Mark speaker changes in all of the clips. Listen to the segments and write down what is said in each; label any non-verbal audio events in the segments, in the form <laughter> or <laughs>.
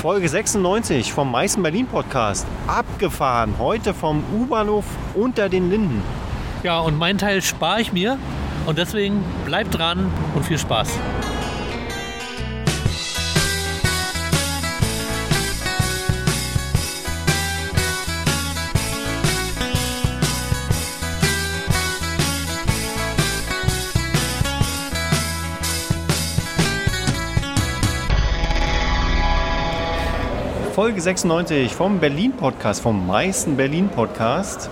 Speaker 1: Folge 96 vom Meißen Berlin Podcast. Abgefahren heute vom U-Bahnhof unter den Linden.
Speaker 2: Ja, und meinen Teil spare ich mir. Und deswegen bleibt dran und viel Spaß.
Speaker 1: Folge 96 vom Berlin Podcast, vom meisten Berlin Podcast.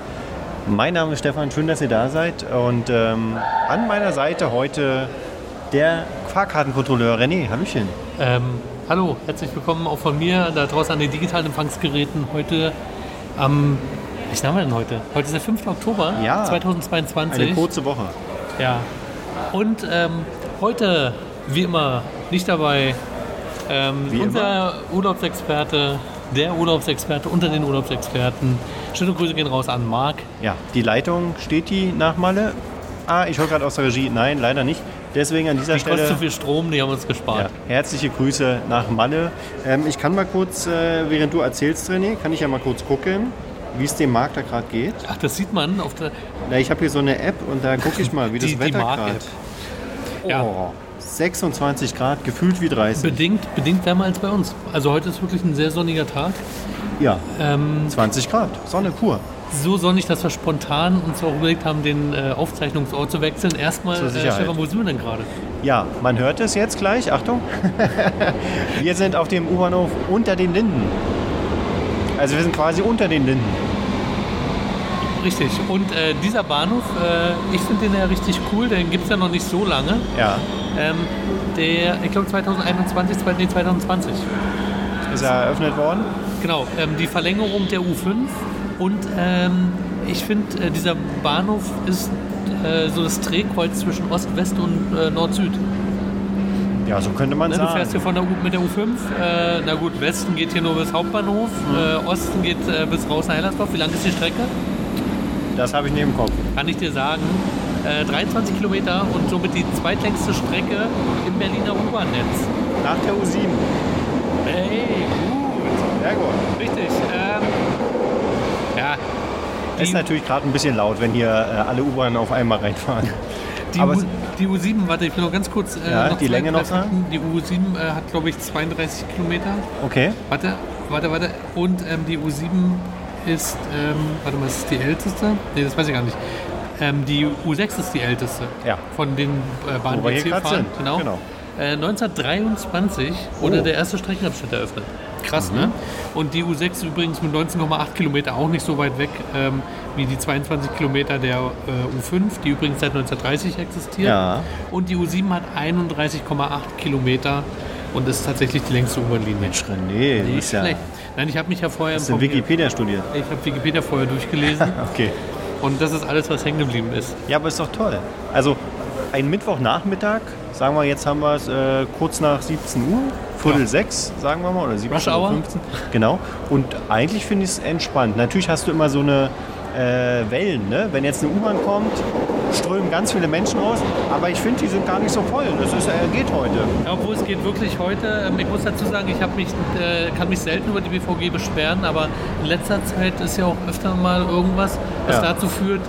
Speaker 1: Mein Name ist Stefan, schön, dass ihr da seid. Und ähm, an meiner Seite heute der Fahrkartenkontrolleur René. Hallöchen.
Speaker 2: Ähm, hallo, herzlich willkommen auch von mir da draußen an den digitalen Empfangsgeräten. Heute am, was haben wir denn heute? Heute ist der 5. Oktober
Speaker 1: Ja.
Speaker 2: 2022.
Speaker 1: Eine kurze Woche.
Speaker 2: Ja. Und ähm, heute, wie immer, nicht dabei ähm,
Speaker 1: Wie
Speaker 2: unser Urlaubsexperte, der Urlaubsexperte unter den Urlaubsexperten. Schöne Grüße gehen raus an Marc.
Speaker 1: Ja, die Leitung steht die nach Malle. Ah, ich höre gerade aus der Regie. Nein, leider nicht. Deswegen an dieser
Speaker 2: Die kostet
Speaker 1: Stelle.
Speaker 2: zu viel Strom, die haben uns
Speaker 1: Ja,
Speaker 2: gespart.
Speaker 1: herzliche Grüße nach Malle. Ähm, ich kann mal kurz, äh, während du erzählst, René, kann ich ja mal kurz gucken, wie es dem Markt da gerade geht.
Speaker 2: Ach, das sieht man auf der.
Speaker 1: Na, ich habe hier so eine App und da gucke ich
Speaker 2: <laughs>
Speaker 1: mal, wie das
Speaker 2: Die- die
Speaker 1: Wetter gerade.
Speaker 2: Mark-App. Ja.
Speaker 1: Oh, 26 Grad, gefühlt wie 30.
Speaker 2: Bedingt, bedingt wärmer als bei uns. Also heute ist wirklich ein sehr sonniger Tag.
Speaker 1: Ja,
Speaker 2: Ähm,
Speaker 1: 20 Grad, Sonne pur.
Speaker 2: so sonnig, dass wir spontan uns auch überlegt haben, den äh, Aufzeichnungsort zu wechseln. Erstmal,
Speaker 1: Zur
Speaker 2: äh,
Speaker 1: Sicherheit.
Speaker 2: Stefan, wo sind wir denn gerade?
Speaker 1: Ja, man hört es jetzt gleich. Achtung. <laughs> wir sind auf dem U-Bahnhof unter den Linden. Also wir sind quasi unter den Linden.
Speaker 2: Richtig. Und äh, dieser Bahnhof, äh, ich finde den ja richtig cool, den gibt es ja noch nicht so lange.
Speaker 1: Ja,
Speaker 2: Ähm, der, ich glaube 2021, zwei- nee, 2020.
Speaker 1: ist ja eröffnet worden.
Speaker 2: Genau, ähm, die Verlängerung der U5. Und ähm, ich finde, äh, dieser Bahnhof ist äh, so das Drehkreuz zwischen Ost, West und äh, Nord-Süd.
Speaker 1: Ja, so könnte man
Speaker 2: Ne, du
Speaker 1: sagen.
Speaker 2: fährst hier von der U mit der U5. Äh, na gut, Westen geht hier nur bis Hauptbahnhof, äh, Osten geht äh, bis raus nach Hellersdorf. Wie lang ist die Strecke?
Speaker 1: Das habe ich neben Kopf.
Speaker 2: Kann ich dir sagen. Äh, 23 Kilometer und somit die zweitlängste Strecke im Berliner U-Bahn-Netz.
Speaker 1: Nach der U7.
Speaker 2: Hey, gut.
Speaker 1: Sehr gut.
Speaker 2: Richtig. Ähm, ja, die,
Speaker 1: Ist natürlich gerade ein bisschen laut, wenn hier äh, alle U-Bahnen auf einmal reinfahren.
Speaker 2: die,
Speaker 1: aber
Speaker 2: U,
Speaker 1: es-
Speaker 2: die U7, warte, ich will noch ganz kurz. Äh,
Speaker 1: Ja, die
Speaker 2: zwei
Speaker 1: Länge noch sagen?
Speaker 2: Die U7 äh, hat, glaube ich, 32 Kilometer.
Speaker 1: Okay.
Speaker 2: Warte, warte, warte. Und ähm, die U7 ist, ähm, warte mal, ist das die älteste? Nee, das weiß ich gar nicht. Ähm, die U6 ist die älteste
Speaker 1: Ja.
Speaker 2: von den äh, Bahnen,
Speaker 1: Wo wir
Speaker 2: die jetzt
Speaker 1: hier
Speaker 2: hier
Speaker 1: grad
Speaker 2: fahren.
Speaker 1: sind.
Speaker 2: Genau.
Speaker 1: Genau.
Speaker 2: Äh,
Speaker 1: Oh.
Speaker 2: 1923
Speaker 1: Mhm.
Speaker 2: wurde der erste Streckenabschnitt eröffnet. Krass, ne? Und die U6 übrigens mit 19,8 Kilometer auch nicht so weit weg ähm, wie die 22 Kilometer der äh, U5, die übrigens seit 1930 existiert.
Speaker 1: Ja.
Speaker 2: Und die U7 hat 31,8 Kilometer und ist tatsächlich die längste U-Bahn-Linie.
Speaker 1: René, du
Speaker 2: Nicht
Speaker 1: bist ja
Speaker 2: schlecht. Nein, ich habe mich ja vorher
Speaker 1: hast in
Speaker 2: informiert.
Speaker 1: Wikipedia studiert.
Speaker 2: Ich habe Wikipedia
Speaker 1: <laughs>
Speaker 2: vorher durchgelesen
Speaker 1: Okay.
Speaker 2: und das ist alles, was hängen geblieben ist.
Speaker 1: Ja, aber ist doch toll. Also ein Mittwochnachmittag, sagen wir jetzt haben wir es äh, kurz nach 17 Uhr, Viertel
Speaker 2: Ja.
Speaker 1: sechs, sagen wir mal, oder 17.15
Speaker 2: Rush Hour?
Speaker 1: Uhr. Genau. Und eigentlich finde ich es entspannt. Natürlich hast du immer so eine äh, Wellen, ne? Wenn jetzt eine U-Bahn kommt, strömen ganz viele Menschen raus, aber ich finde, die sind gar nicht so voll. Das ist, äh, geht heute.
Speaker 2: Ja, Obwohl es geht wirklich heute, ähm, ich muss dazu sagen, ich hab mich, äh, kann mich selten über die BVG beschweren, aber in letzter Zeit ist ja auch öfter mal irgendwas, was
Speaker 1: Ja.
Speaker 2: dazu führt,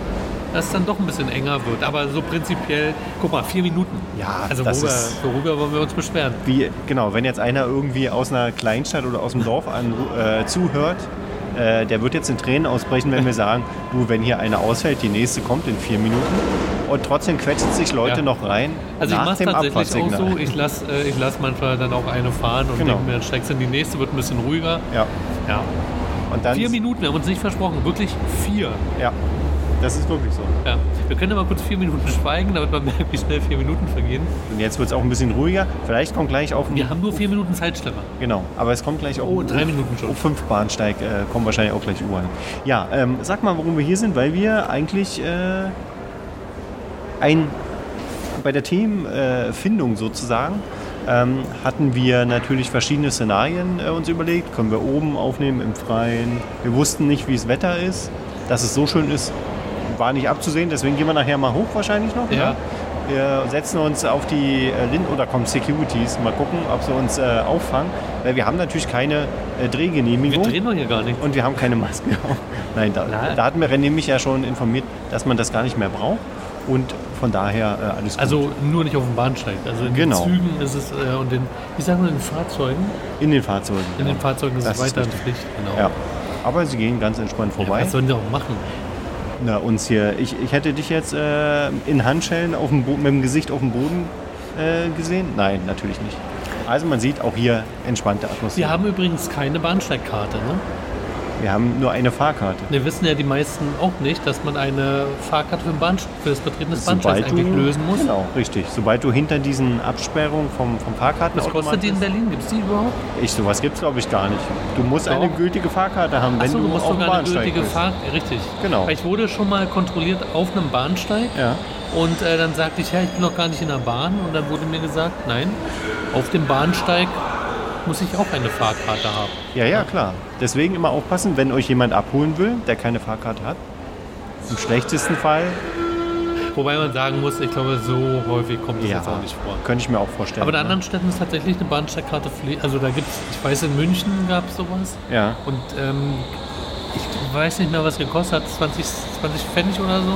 Speaker 2: dass es dann doch ein bisschen enger wird. Aber so prinzipiell, guck mal, vier Minuten.
Speaker 1: Ja,
Speaker 2: also
Speaker 1: das
Speaker 2: worüber,
Speaker 1: ist-
Speaker 2: worüber wollen wir uns beschweren?
Speaker 1: Wie, genau, wenn jetzt einer irgendwie aus einer Kleinstadt oder aus dem Dorf an, äh, zuhört, äh, der wird jetzt in Tränen ausbrechen, wenn wir
Speaker 2: <laughs>
Speaker 1: sagen, du, wenn hier eine ausfällt, die nächste kommt in vier Minuten. Und trotzdem quetschen sich Leute
Speaker 2: Ja.
Speaker 1: noch rein
Speaker 2: Also ich
Speaker 1: nach
Speaker 2: mache
Speaker 1: dem
Speaker 2: tatsächlich auch
Speaker 1: Abfahrtssignal.
Speaker 2: so, ich lasse äh, ich lass manchmal dann auch eine fahren und
Speaker 1: Genau.
Speaker 2: denk mir, dann steigst du in die nächste, wird ein bisschen ruhiger.
Speaker 1: ja.
Speaker 2: Ja.
Speaker 1: Und dann,
Speaker 2: Vier Minuten, wir haben uns nicht versprochen, wirklich vier.
Speaker 1: Ja, das ist wirklich so.
Speaker 2: Ja. Wir können ja mal kurz vier Minuten schweigen, damit man <laughs> merkt, wie schnell vier Minuten vergehen.
Speaker 1: Und jetzt wird es auch ein bisschen ruhiger. Vielleicht kommt gleich auf
Speaker 2: Wir
Speaker 1: ein,
Speaker 2: haben nur vier Minuten Zeitschlepper.
Speaker 1: genau, aber es kommt gleich auf
Speaker 2: Oh,
Speaker 1: ein-
Speaker 2: drei Minuten schon.
Speaker 1: U5-Bahnsteig äh, kommen wahrscheinlich auch gleich U-Bahn. Ja, ähm, sag mal, warum wir hier sind, weil wir eigentlich äh, ein, bei der Themenfindung äh, sozusagen ähm, hatten wir natürlich verschiedene Szenarien äh, uns überlegt. Können wir oben aufnehmen, im Freien? Wir wussten nicht, wie das Wetter ist. Dass es so schön ist, war nicht abzusehen. Deswegen gehen wir nachher mal hoch wahrscheinlich noch.
Speaker 2: Ja.
Speaker 1: Ne? Wir setzen uns auf die äh, Lin oder kommen Securities, mal gucken, ob sie uns äh, auffangen. Weil wir haben natürlich keine äh,
Speaker 2: Wir
Speaker 1: Drehgenehmigung
Speaker 2: drehen doch hier gar nicht.
Speaker 1: und wir haben keine Maske <laughs> auf. Nein, da,
Speaker 2: Nein.
Speaker 1: da hatten wir René mich ja schon informiert, dass man das gar nicht mehr braucht. Und von daher äh, alles gut.
Speaker 2: Also nur nicht auf dem Bahnsteig. Also in
Speaker 1: Genau.
Speaker 2: den Zügen ist es äh, und in, wie sagen wir, in den Fahrzeugen?
Speaker 1: in den Fahrzeugen.
Speaker 2: In
Speaker 1: ja.
Speaker 2: den Fahrzeugen ist
Speaker 1: Das
Speaker 2: es
Speaker 1: ist
Speaker 2: weiter
Speaker 1: richtig.
Speaker 2: Pflicht. Genau.
Speaker 1: Ja. Aber sie gehen ganz entspannt vorbei.
Speaker 2: Was sollen die auch machen?
Speaker 1: Na, uns hier. Ich, ich hätte dich jetzt äh, in Handschellen auf dem Bo- mit dem Gesicht auf dem Boden äh, gesehen. Nein, natürlich nicht. Also man sieht auch hier entspannte
Speaker 2: Sie
Speaker 1: Atmosphäre.
Speaker 2: haben übrigens keine Bahnsteigkarte. Ne?
Speaker 1: Wir haben nur eine Fahrkarte.
Speaker 2: Wir wissen ja die meisten auch nicht, dass man eine Fahrkarte für, den Bahnst- für das Betreten des Bahnsteigs
Speaker 1: Sobald du,
Speaker 2: eigentlich lösen muss.
Speaker 1: Genau, richtig. Sobald du hinter diesen Absperrungen vom, vom
Speaker 2: Was kostet
Speaker 1: Fahrkartenautomaten
Speaker 2: die in
Speaker 1: bist-
Speaker 2: Berlin? Gibt es die überhaupt?
Speaker 1: Ich, sowas gibt's glaube ich gar nicht. Du musst
Speaker 2: Doch.
Speaker 1: eine gültige Fahrkarte haben, wenn
Speaker 2: Achso,
Speaker 1: du,
Speaker 2: du musst
Speaker 1: auf dem
Speaker 2: sogar eine
Speaker 1: Bahnsteig
Speaker 2: gültige
Speaker 1: bist.
Speaker 2: Fahrt. äh, Richtig.
Speaker 1: Genau.
Speaker 2: Weil ich wurde schon mal kontrolliert auf einem Bahnsteig
Speaker 1: Ja.
Speaker 2: und äh, dann sagte ich, ja, ich bin noch gar nicht in der Bahn. Und dann wurde mir gesagt, nein, auf dem Bahnsteig muss ich auch eine Fahrkarte haben.
Speaker 1: ja, ja, klar. Deswegen immer aufpassen, wenn euch jemand abholen will, der keine Fahrkarte hat. Im schlechtesten Fall
Speaker 2: Wobei man sagen muss, ich glaube, so häufig kommt das
Speaker 1: Ja,
Speaker 2: jetzt auch nicht vor.
Speaker 1: könnte ich mir auch vorstellen.
Speaker 2: Aber in
Speaker 1: ne?
Speaker 2: anderen Städten ist tatsächlich eine Bahnsteigkarte Pflicht. Also da gibt es, ich weiß, in München gab es sowas.
Speaker 1: Ja.
Speaker 2: Und ähm, ich weiß nicht mehr, was gekostet hat. 20, 20 Pfennig oder so?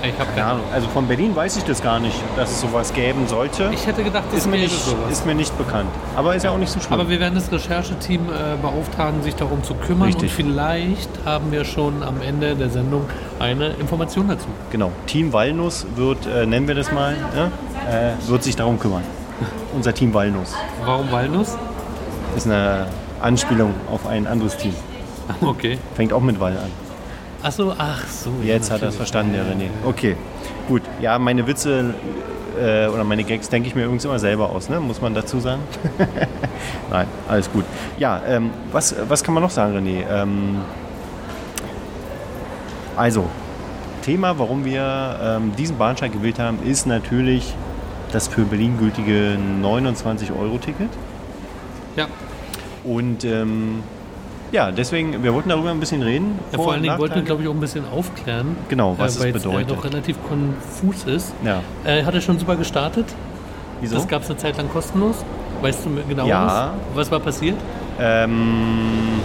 Speaker 2: Ich habe keine
Speaker 1: Ja,
Speaker 2: Ahnung.
Speaker 1: also von Berlin weiß ich das gar nicht, dass es sowas geben sollte.
Speaker 2: Ich hätte gedacht, das
Speaker 1: ist, mir
Speaker 2: wäre
Speaker 1: nicht,
Speaker 2: sowas.
Speaker 1: ist mir nicht bekannt. Aber ist ja, auch nicht so schlimm.
Speaker 2: Aber wir werden das Rechercheteam äh, beauftragen, sich darum zu kümmern.
Speaker 1: Richtig.
Speaker 2: Und vielleicht haben wir schon am Ende der Sendung eine Information dazu.
Speaker 1: genau. Team Walnuss wird, äh, nennen wir das mal, ne? äh, wird sich darum kümmern. Unser Team Walnuss
Speaker 2: Warum Walnuss?
Speaker 1: <laughs> ist eine Anspielung auf ein anderes Team.
Speaker 2: Okay.
Speaker 1: Fängt auch mit Wall an.
Speaker 2: Ach so, ach so. ja,
Speaker 1: Jetzt hat er es
Speaker 2: natürlich.
Speaker 1: verstanden, der René. Okay, gut. Ja, meine Witze äh, oder meine Gags denke ich mir übrigens immer selber aus, ne? muss man dazu <laughs> sagen. Nein, alles gut. Ja, ähm, was, was kann man noch sagen, René? Ähm, also, Thema, warum wir ähm, diesen Bahnsteig gewählt haben, ist natürlich das für Berlin gültige 29-Euro-Ticket.
Speaker 2: Ja,
Speaker 1: Und ähm, ja, deswegen, wir wollten darüber ein bisschen reden.
Speaker 2: ja vor allen Dingen wollten wir,
Speaker 1: Nachteile.
Speaker 2: glaube ich, auch ein bisschen aufklären. äh,
Speaker 1: Genau, was es
Speaker 2: weil
Speaker 1: bedeutet.
Speaker 2: Weil doch relativ konfus ist.
Speaker 1: Ja,
Speaker 2: Äh, hat er schon super gestartet.
Speaker 1: wieso?
Speaker 2: Das gab es eine Zeit lang kostenlos. Weißt du genau,
Speaker 1: Ja.
Speaker 2: was, was war passiert?
Speaker 1: Ähm,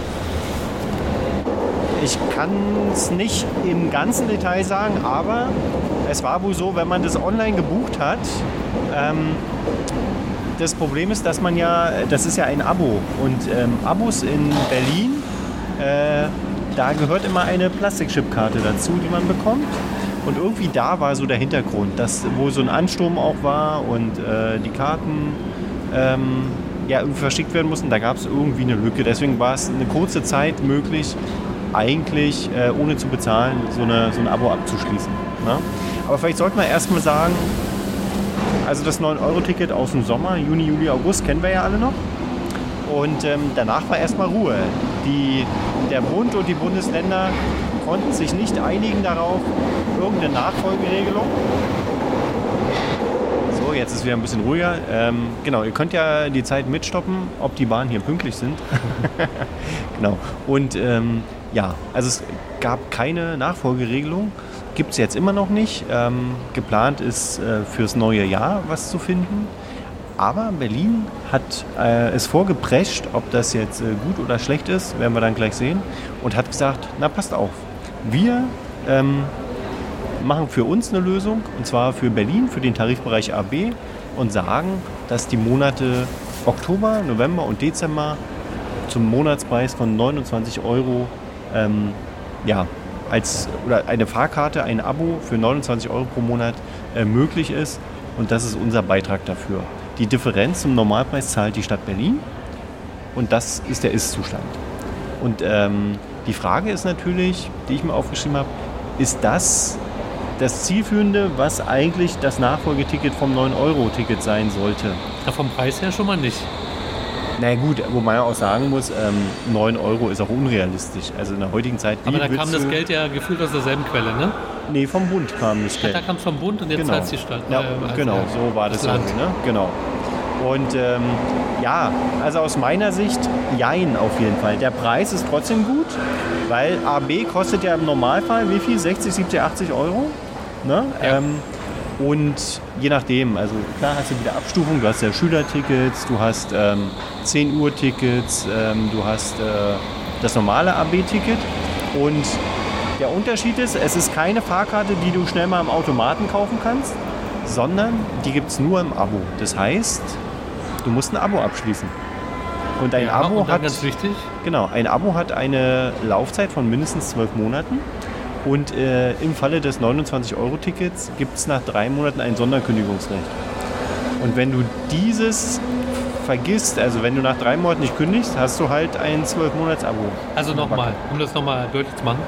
Speaker 1: ich kann es nicht im ganzen Detail sagen, aber es war wohl so, wenn man das online gebucht hat, ähm, das Problem ist, dass man ja, das ist ja ein Abo und ähm, Abos in Berlin, äh, da gehört immer eine Plastikchipkarte dazu, die man bekommt. Und irgendwie da war so der Hintergrund, dass wo so ein Ansturm auch war und äh, die Karten ähm, ja, irgendwie verschickt werden mussten, da gab es irgendwie eine Lücke. Deswegen war es eine kurze Zeit möglich, eigentlich äh, ohne zu bezahlen, so, eine, so ein Abo abzuschließen. Ne? Aber vielleicht sollte man erstmal sagen, also das 9-Euro-Ticket aus dem Sommer, Juni, Juli, August, kennen wir ja alle noch. Und ähm, danach war erstmal Ruhe. Die, der Bund und die Bundesländer konnten sich nicht einigen darauf, irgendeine Nachfolgeregelung. So, jetzt ist wieder ein bisschen ruhiger. Ähm, genau, ihr könnt ja die Zeit mitstoppen, ob die Bahnen hier pünktlich sind. genau. Und ähm, ja, also es gab keine Nachfolgeregelung. Gibt es jetzt immer noch nicht. Ähm, geplant ist äh, fürs neue Jahr was zu finden. Aber Berlin hat äh, es vorgeprescht, ob das jetzt äh, gut oder schlecht ist, werden wir dann gleich sehen. Und hat gesagt, na passt auf, wir ähm, machen für uns eine Lösung, und zwar für Berlin, für den Tarifbereich AB und sagen, dass die Monate Oktober, November und Dezember zum Monatspreis von 29 Euro ähm, ja, als, oder eine Fahrkarte, ein Abo für 29 Euro pro Monat äh, möglich ist. Und das ist unser Beitrag dafür. Die Differenz zum Normalpreis zahlt die Stadt Berlin und das ist der Ist-Zustand. Und ähm, die Frage ist natürlich, die ich mir aufgeschrieben habe, ist das das Zielführende, was eigentlich das Nachfolgeticket vom 9-Euro-Ticket sein sollte?
Speaker 2: Ja, vom Preis her schon mal nicht.
Speaker 1: Na ja, gut, wo man ja auch sagen muss, ähm, 9 Euro ist auch unrealistisch. Also in der heutigen Zeit. wie
Speaker 2: Aber da
Speaker 1: willst
Speaker 2: kam das
Speaker 1: du-
Speaker 2: Geld ja gefühlt aus derselben Quelle, ne?
Speaker 1: Nee, vom Bund kam
Speaker 2: <laughs>
Speaker 1: das Geld.
Speaker 2: Da kam es vom Bund und jetzt zahlt es die Stadt.
Speaker 1: Genau. Ja,
Speaker 2: äh, also
Speaker 1: genau,
Speaker 2: der-
Speaker 1: so war das.
Speaker 2: Land.
Speaker 1: irgendwie, Ne? Genau. Und ähm, ja, also aus meiner Sicht, jein auf jeden Fall. Der Preis ist trotzdem gut, weil AB kostet ja im Normalfall wie viel? 60, 70, 80 Euro? Ne?
Speaker 2: Ja.
Speaker 1: Ähm, Und je nachdem, also klar hast du wieder Abstufung, du hast ja Schülertickets, du hast ähm, 10 Uhr Tickets, ähm, du hast äh, das normale AB-Ticket. Und der Unterschied ist, es ist keine Fahrkarte, die du schnell mal im Automaten kaufen kannst, sondern die gibt es nur im Abo. Das heißt, du musst ein Abo abschließen. Und ein
Speaker 2: Ja,
Speaker 1: Abo
Speaker 2: und dann
Speaker 1: hat.
Speaker 2: ganz wichtig,
Speaker 1: Genau, ein Abo hat eine Laufzeit von mindestens zwölf Monaten. Und äh, im Falle des 29-Euro-Tickets gibt es nach drei Monaten ein Sonderkündigungsrecht. Und wenn du dieses vergisst, also wenn du nach drei Monaten nicht kündigst, hast du halt ein 12-Monats-Abo.
Speaker 2: also nochmal, um das nochmal deutlich zu machen,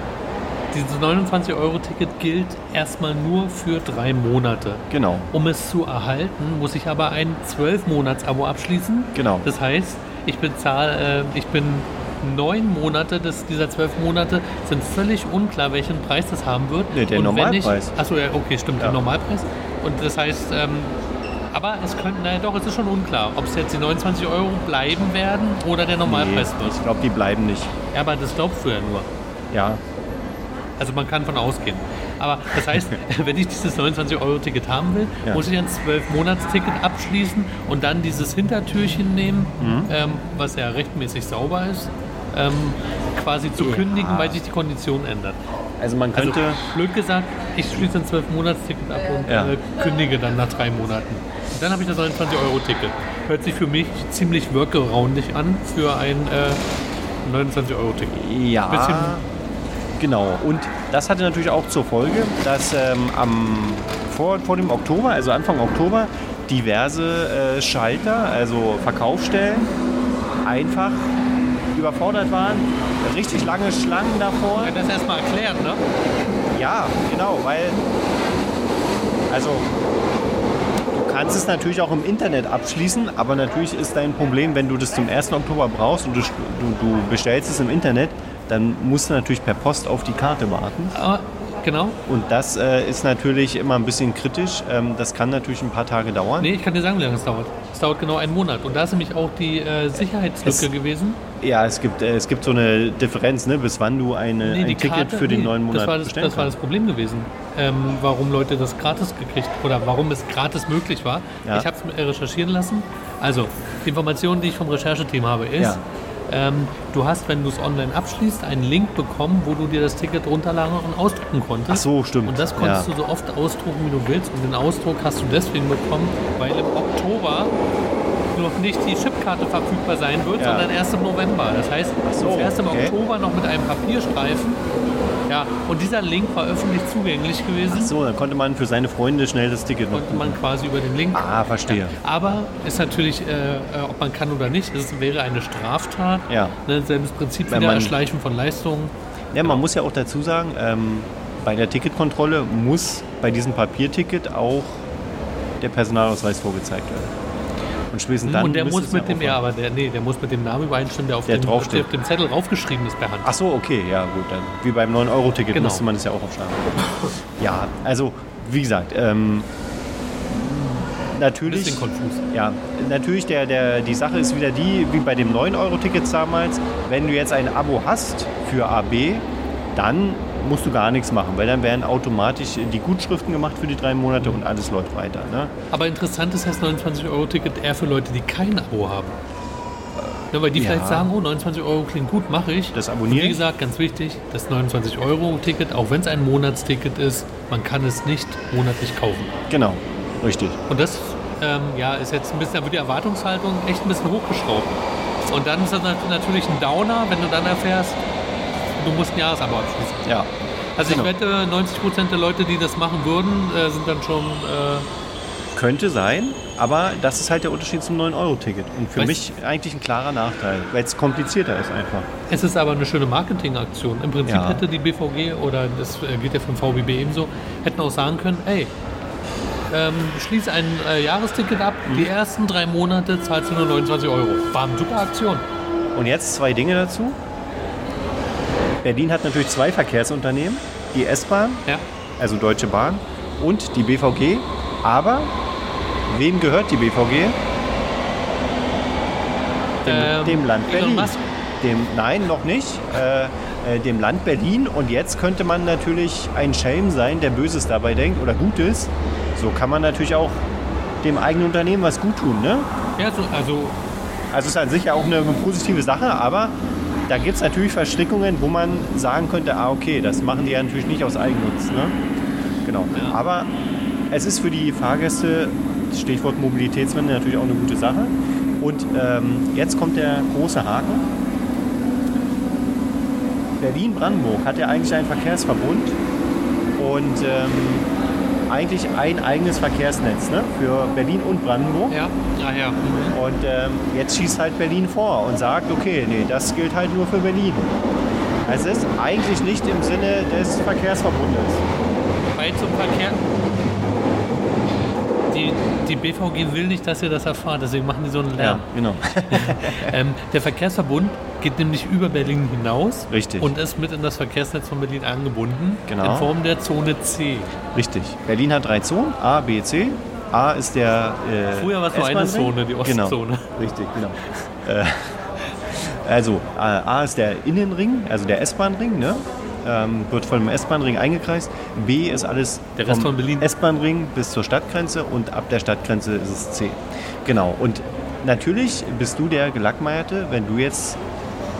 Speaker 2: dieses 29-Euro-Ticket gilt erstmal nur für drei Monate.
Speaker 1: Genau,
Speaker 2: Um es zu erhalten, muss ich aber ein 12-Monats-Abo abschließen.
Speaker 1: genau.
Speaker 2: Das heißt, ich bezahle, äh, ich bin neun Monate des, dieser zwölf Monate sind völlig unklar, welchen Preis das haben wird.
Speaker 1: Nee, der Normalpreis.
Speaker 2: Achso, ja, okay, stimmt, der
Speaker 1: Ja.
Speaker 2: Normalpreis. Und das heißt, ähm, aber es könnte, naja doch, es ist schon unklar, ob es jetzt die 29 Euro bleiben werden oder der
Speaker 1: Nee,
Speaker 2: Normalpreis
Speaker 1: ich
Speaker 2: wird.
Speaker 1: glaube, die bleiben nicht.
Speaker 2: Ja, aber das glaubst du ja nur.
Speaker 1: Ja,
Speaker 2: Also man kann von ausgehen. Aber
Speaker 1: <laughs>
Speaker 2: das heißt, wenn ich dieses 29-Euro-Ticket haben will,
Speaker 1: Ja.
Speaker 2: muss ich ein 12-Monats-Ticket abschließen und dann dieses Hintertürchen nehmen,
Speaker 1: Mhm.
Speaker 2: ähm, was ja rechtmäßig sauber ist, ähm, quasi zu
Speaker 1: Ja.
Speaker 2: kündigen, weil sich die Kondition ändert.
Speaker 1: also man
Speaker 2: Also
Speaker 1: könnte.
Speaker 2: blöd gesagt, ich schließe ein 12-Monats-Ticket ab und
Speaker 1: Ja.
Speaker 2: äh, kündige dann nach drei Monaten. Und dann habe ich das 29-Euro-Ticket. Hört sich für mich ziemlich workaroundig an für ein äh, 29-Euro-Ticket.
Speaker 1: Ja.
Speaker 2: bisschen-
Speaker 1: Genau. Und das hatte natürlich auch zur Folge, dass ähm, am, vor, vor dem Oktober, also Anfang Oktober, diverse äh, Schalter, also Verkaufsstellen, einfach überfordert waren. Richtig lange Schlangen davor.
Speaker 2: Wenn das erstmal erklärt, ne?
Speaker 1: Ja, genau, weil. Also. Du kannst es natürlich auch im Internet abschließen, aber natürlich ist dein Problem, wenn du das zum 1. Oktober brauchst und du, du, du bestellst es im Internet, dann musst du natürlich per Post auf die Karte warten.
Speaker 2: Aber, genau.
Speaker 1: Und das äh, ist natürlich immer ein bisschen kritisch. Ähm, das kann natürlich ein paar Tage dauern.
Speaker 2: Nee, ich kann dir sagen, wie lange es dauert. Es dauert genau einen Monat. Und da ist nämlich auch die äh, Sicherheitslücke
Speaker 1: Es-
Speaker 2: gewesen.
Speaker 1: Ja, es gibt, äh, es gibt so eine Differenz, ne, bis wann du eine,
Speaker 2: Nee,
Speaker 1: ein Ticket für den
Speaker 2: nee,
Speaker 1: neuen Monat
Speaker 2: das war das,
Speaker 1: bestellen
Speaker 2: das war das
Speaker 1: kannst.
Speaker 2: Problem gewesen, ähm, warum Leute das gratis gekriegt oder warum es gratis möglich war.
Speaker 1: Ja.
Speaker 2: Ich habe es recherchieren lassen. Also, die Information, die ich vom Rechercheteam habe, ist,
Speaker 1: Ja.
Speaker 2: ähm, du hast, wenn du es online abschließt, einen Link bekommen, wo du dir das Ticket runterladen und ausdrucken konntest.
Speaker 1: Ach so, stimmt.
Speaker 2: Und das konntest
Speaker 1: ja.
Speaker 2: du so oft ausdrucken, wie du willst. Und den Ausdruck hast du deswegen bekommen, weil im Oktober noch nicht die Chipkarte verfügbar sein wird,
Speaker 1: Ja.
Speaker 2: sondern erst im November. Das heißt,
Speaker 1: so,
Speaker 2: du fährst im
Speaker 1: okay.
Speaker 2: Oktober noch mit einem Papierstreifen. Ja, und dieser Link war öffentlich zugänglich gewesen.
Speaker 1: Ach so, dann konnte man für seine Freunde schnell das Ticket noch
Speaker 2: Konnte man quasi über den Link.
Speaker 1: Ah, verstehe.
Speaker 2: Aber ist natürlich, äh, äh, ob man kann oder nicht, es wäre eine Straftat.
Speaker 1: Ja.
Speaker 2: Ne, selbes Prinzip
Speaker 1: Wenn
Speaker 2: wieder
Speaker 1: man-
Speaker 2: Erschleichen von Leistungen.
Speaker 1: Ja, man muss ja auch dazu sagen, ähm, bei der Ticketkontrolle muss bei diesem Papierticket auch der Personalausweis vorgezeigt werden. Und spätestens dann
Speaker 2: Mhm. und der
Speaker 1: müsste
Speaker 2: muss
Speaker 1: es
Speaker 2: mit dem, ja,
Speaker 1: aufhören.
Speaker 2: aber der, nee, der muss mit dem Namen übereinstimmen, der auf,
Speaker 1: Der
Speaker 2: dem,
Speaker 1: draufsteht.
Speaker 2: der auf dem Zettel raufgeschrieben ist per Hand.
Speaker 1: Ach so, okay, ja gut, dann wie beim 9-Euro-Ticket
Speaker 2: Genau.
Speaker 1: musste man das ja auch aufschlagen. ja, also wie gesagt, ähm,
Speaker 2: Ein
Speaker 1: natürlich,
Speaker 2: bisschen konfus.
Speaker 1: ja, natürlich der, der, die Sache ist wieder die, wie bei dem 9-Euro-Ticket damals, wenn du jetzt ein Abo hast für AB, dann musst du gar nichts machen, weil dann werden automatisch die Gutschriften gemacht für die drei Monate und alles läuft weiter. Ne?
Speaker 2: Aber interessant ist das 29-Euro-Ticket eher für Leute, die kein Abo haben. Ja, weil die
Speaker 1: Ja.
Speaker 2: vielleicht sagen, oh, 29 Euro klingt gut, mache ich.
Speaker 1: Das
Speaker 2: Und wie
Speaker 1: abonnieren.
Speaker 2: gesagt, ganz wichtig, das 29-Euro-Ticket, auch wenn es ein Monatsticket ist, man kann es nicht monatlich kaufen.
Speaker 1: Genau, richtig.
Speaker 2: Und das ähm, ja, ist jetzt ein bisschen, da wird die Erwartungshaltung echt ein bisschen hochgeschraubt. Und dann ist das nat- natürlich ein Downer, wenn du dann erfährst, du musst ein Jahresabo abschließen.
Speaker 1: Ja,
Speaker 2: Also
Speaker 1: Genau.
Speaker 2: ich wette, 90% der Leute, die das machen würden, äh, sind dann schon... Äh,
Speaker 1: Könnte sein, aber das ist halt der Unterschied zum 9-Euro-Ticket. Und für
Speaker 2: Weißt-
Speaker 1: mich eigentlich ein klarer Nachteil, weil es komplizierter ist einfach.
Speaker 2: Es ist aber eine schöne Marketingaktion. Im Prinzip
Speaker 1: Ja.
Speaker 2: hätte die BVG oder das äh, geht ja vom VBB ebenso, hätten auch sagen können, ey, ähm, schließ ein äh, Jahresticket ab,
Speaker 1: Mhm.
Speaker 2: die ersten drei Monate zahlst du nur 29 Euro. War eine super Aktion.
Speaker 1: Und jetzt zwei Dinge dazu. Berlin hat natürlich zwei Verkehrsunternehmen, die S-Bahn,
Speaker 2: Ja.
Speaker 1: also Deutsche Bahn, und die BVG. Aber wem gehört die BVG? Dem,
Speaker 2: Ähm,
Speaker 1: dem Land
Speaker 2: Elon
Speaker 1: Berlin.
Speaker 2: Musk.
Speaker 1: Dem, nein, noch nicht. Äh, äh, dem Land Berlin. Und jetzt könnte man natürlich ein Schelm sein, der Böses dabei denkt oder Gutes. So kann man natürlich auch dem eigenen Unternehmen was gut tun. Ne?
Speaker 2: Ja, so, also
Speaker 1: Also es ist an sich ja auch eine positive Sache, aber da gibt es natürlich Verstrickungen, wo man sagen könnte, ah okay, das machen die ja natürlich nicht aus Eigennutz. Ne? Genau.
Speaker 2: Ja.
Speaker 1: Aber es ist für die Fahrgäste, Stichwort Mobilitätswende, natürlich auch eine gute Sache. Und ähm, jetzt kommt der große Haken. Berlin-Brandenburg hat ja eigentlich einen Verkehrsverbund und ähm, eigentlich ein eigenes Verkehrsnetz ne? für Berlin und Brandenburg.
Speaker 2: ja, ah, ja. Mhm.
Speaker 1: Und ähm, jetzt schießt halt Berlin vor und sagt, okay, nee, das gilt halt nur für Berlin. Also Es ist eigentlich nicht im Sinne des Verkehrsverbundes.
Speaker 2: Weil zum Verkehr. Die, die BVG will nicht, dass ihr das erfahrt, deswegen machen die so einen Lärm.
Speaker 1: genau.
Speaker 2: Ähm, der Verkehrsverbund geht nämlich über Berlin hinaus
Speaker 1: Richtig.
Speaker 2: und ist mit in das Verkehrsnetz von Berlin angebunden
Speaker 1: Genau.
Speaker 2: in Form der Zone C.
Speaker 1: Richtig. Berlin hat drei Zonen, A, B, C. A ist der. Äh,
Speaker 2: Früher war es nur eine
Speaker 1: S-Bahn-Ring.
Speaker 2: Zone, die Ostzone.
Speaker 1: Genau. Richtig, genau. äh, also, äh, A ist der Innenring, also der S-Bahn-Ring, ne? Ähm, wird von dem S-Bahn-Ring eingekreist. B ist alles
Speaker 2: Der Rest
Speaker 1: vom
Speaker 2: von Berlin.
Speaker 1: S-Bahn-Ring bis zur Stadtgrenze und ab der Stadtgrenze ist es C. Genau. Und natürlich bist du der Gelackmeierte, wenn du jetzt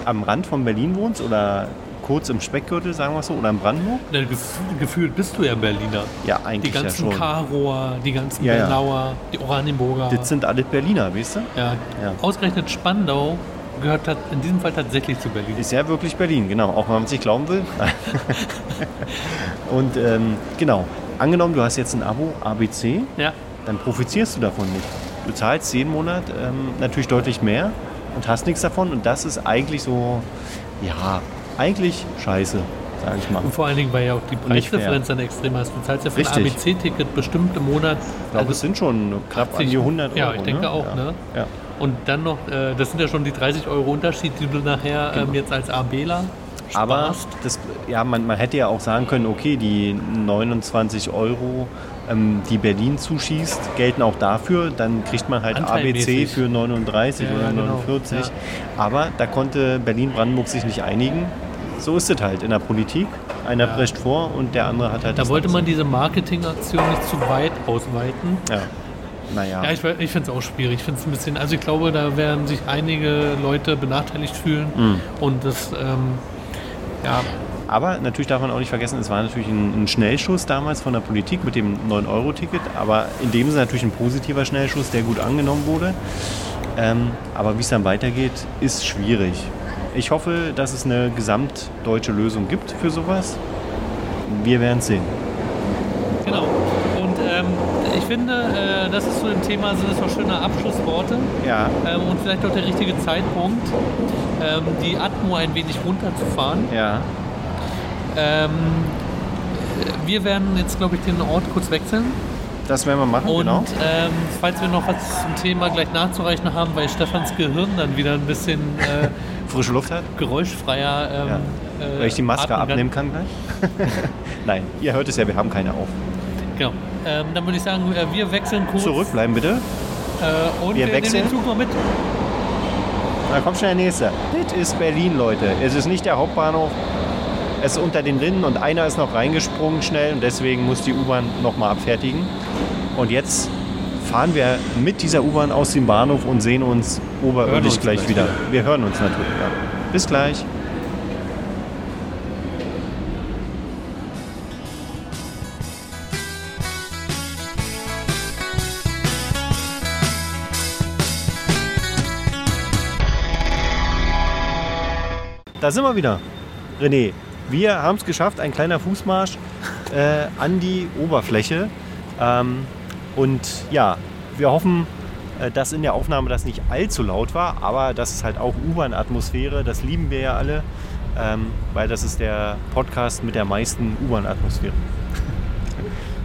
Speaker 1: am Rand von Berlin wohnst oder kurz im Speckgürtel, sagen wir es so, oder in Brandenburg.
Speaker 2: Na, gef gefühlt bist du ja Berliner.
Speaker 1: Ja,
Speaker 2: Die
Speaker 1: eigentlich ja
Speaker 2: ganzen
Speaker 1: schon.
Speaker 2: Karower, die ganzen
Speaker 1: Ja, ja.
Speaker 2: Bernauer, die Oranienburger.
Speaker 1: Das sind alle Berliner, weißt du?
Speaker 2: Ja.
Speaker 1: Ja.
Speaker 2: Ausgerechnet Spandau gehört tat- in diesem Fall tatsächlich zu Berlin.
Speaker 1: Ist ja wirklich Berlin, genau, auch wenn man es nicht glauben
Speaker 2: <laughs>
Speaker 1: will. Und ähm, genau, angenommen, du hast jetzt ein Abo ABC,
Speaker 2: Ja,
Speaker 1: dann profitierst du davon nicht. Du zahlst jeden Monat ähm, natürlich deutlich mehr und hast nichts davon. Und das ist eigentlich so, ja, eigentlich scheiße, sage ich mal.
Speaker 2: Und vor allen Dingen, weil ja auch die
Speaker 1: Nicht fair.
Speaker 2: Preisdifferenz dann extrem hast. Du zahlst ja für ein
Speaker 1: Richtig.
Speaker 2: ABC-Ticket bestimmt im Monat.
Speaker 1: Ich glaube, es
Speaker 2: also,
Speaker 1: sind schon knapp an
Speaker 2: 80,
Speaker 1: die 100 Euro.
Speaker 2: ja, ich denke
Speaker 1: ne?
Speaker 2: auch,
Speaker 1: ja.
Speaker 2: ne?
Speaker 1: Ja.
Speaker 2: und dann noch, äh, das sind ja schon die 30 Euro Unterschied, die du nachher ähm, jetzt als ABler
Speaker 1: Genau. Aber
Speaker 2: sparst.
Speaker 1: das, ja, man, man hätte ja auch sagen können, okay, die 29 Euro, ähm, die Berlin zuschießt, gelten auch dafür. Dann kriegt man halt ABC
Speaker 2: Anteilmäßig.
Speaker 1: für 39
Speaker 2: Ja,
Speaker 1: oder
Speaker 2: ja, genau.
Speaker 1: 49.
Speaker 2: Ja.
Speaker 1: Aber da konnte Berlin-Brandenburg sich nicht einigen. So ist es halt in der Politik. Einer
Speaker 2: Ja.
Speaker 1: prescht vor und der andere hat halt
Speaker 2: Da
Speaker 1: das
Speaker 2: wollte man
Speaker 1: andere.
Speaker 2: diese Marketingaktion nicht zu weit ausweiten.
Speaker 1: Ja, naja.
Speaker 2: Ja, ich, we- ich finde es auch schwierig. Ich finde es ein bisschen, also ich glaube, da werden sich einige Leute benachteiligt fühlen.
Speaker 1: Mhm.
Speaker 2: Und das, ähm, ja,
Speaker 1: Aber natürlich darf man auch nicht vergessen, es war natürlich ein, ein Schnellschuss damals von der Politik mit dem 9-Euro-Ticket, aber in dem Sinne natürlich ein positiver Schnellschuss, der gut angenommen wurde. Ähm, aber wie es dann weitergeht, ist schwierig. Ich hoffe, dass es eine gesamtdeutsche Lösung gibt für sowas. Wir werden es sehen.
Speaker 2: Genau. Und ähm, ich finde, äh, das ist zu dem Thema sind es noch schöne Abschlussworte
Speaker 1: Ja,
Speaker 2: ähm, und vielleicht auch der richtige Zeitpunkt, ähm, die Atmo ein wenig runterzufahren.
Speaker 1: ja.
Speaker 2: Ähm, äh, wir werden jetzt, glaube ich, den Ort kurz wechseln.
Speaker 1: Das werden wir machen,
Speaker 2: Und
Speaker 1: genau.
Speaker 2: ähm, falls wir noch was zum Thema gleich nachzureichen haben, weil Stefans Gehirn dann wieder ein bisschen
Speaker 1: <laughs>
Speaker 2: äh,
Speaker 1: Frische Luft hat,
Speaker 2: geräuschfreier. Ähm, äh,
Speaker 1: weil ich die Maske
Speaker 2: atmen kann.
Speaker 1: abnehmen kann gleich. <laughs> Nein, ihr hört es ja, wir haben keine auf.
Speaker 2: Genau. Ähm, dann würde ich sagen, äh, wir wechseln kurz.
Speaker 1: Zurückbleiben bitte.
Speaker 2: Äh, und
Speaker 1: Wir
Speaker 2: wir,
Speaker 1: wechseln.
Speaker 2: nehmen den Zug mal mit.
Speaker 1: Da kommt schon der nächste. Das ist Berlin, Leute. Es ist nicht der Hauptbahnhof. Es ist unter den Linden und einer ist noch reingesprungen schnell und deswegen muss die U-Bahn nochmal abfertigen. Und jetzt fahren wir mit dieser U-Bahn aus dem Bahnhof und sehen uns oberirdisch
Speaker 2: uns
Speaker 1: gleich
Speaker 2: gleich
Speaker 1: wieder. Wir hören uns natürlich. Ja. Bis gleich. Da sind wir wieder. René, wir haben es geschafft, ein kleiner Fußmarsch äh, an die Oberfläche. Ähm, und ja, wir hoffen, äh, dass in der Aufnahme das nicht allzu laut war, aber das ist halt auch U-Bahn-Atmosphäre, das lieben wir ja alle, ähm, weil das ist der Podcast mit der meisten
Speaker 2: <laughs>
Speaker 1: U-Bahn-Atmosphäre.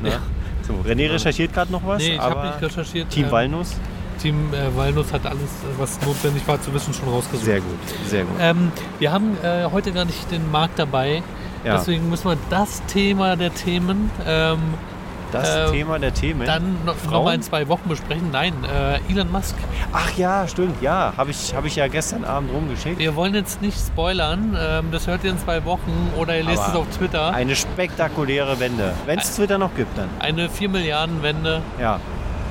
Speaker 1: ne?
Speaker 2: Ja.
Speaker 1: So, René recherchiert gerade noch was,
Speaker 2: Nee, ich habe
Speaker 1: aber
Speaker 2: nicht recherchiert.
Speaker 1: Team
Speaker 2: Ähm,
Speaker 1: Walnuss,
Speaker 2: Team äh, Walnuss hat alles, äh, was notwendig war zu wissen, schon rausgesucht.
Speaker 1: sehr gut, sehr gut.
Speaker 2: Ähm, wir haben äh, heute gar nicht den Markt dabei.
Speaker 1: Ja.
Speaker 2: Deswegen müssen wir das Thema der Themen ähm,
Speaker 1: Das
Speaker 2: Äh,
Speaker 1: Thema der Themen.
Speaker 2: Dann noch, noch
Speaker 1: Frauen?
Speaker 2: mal in zwei Wochen besprechen. Nein, äh, Elon Musk.
Speaker 1: Ach ja, stimmt, ja. Habe ich, hab ich ja gestern Abend rumgeschickt.
Speaker 2: Wir wollen jetzt nicht spoilern. Ähm, das hört ihr in zwei Wochen oder ihr lest
Speaker 1: Aber
Speaker 2: es auf Twitter.
Speaker 1: Eine spektakuläre Wende. Wenn es Twitter noch gibt, dann.
Speaker 2: Eine 4 Milliarden Wende.
Speaker 1: Ja.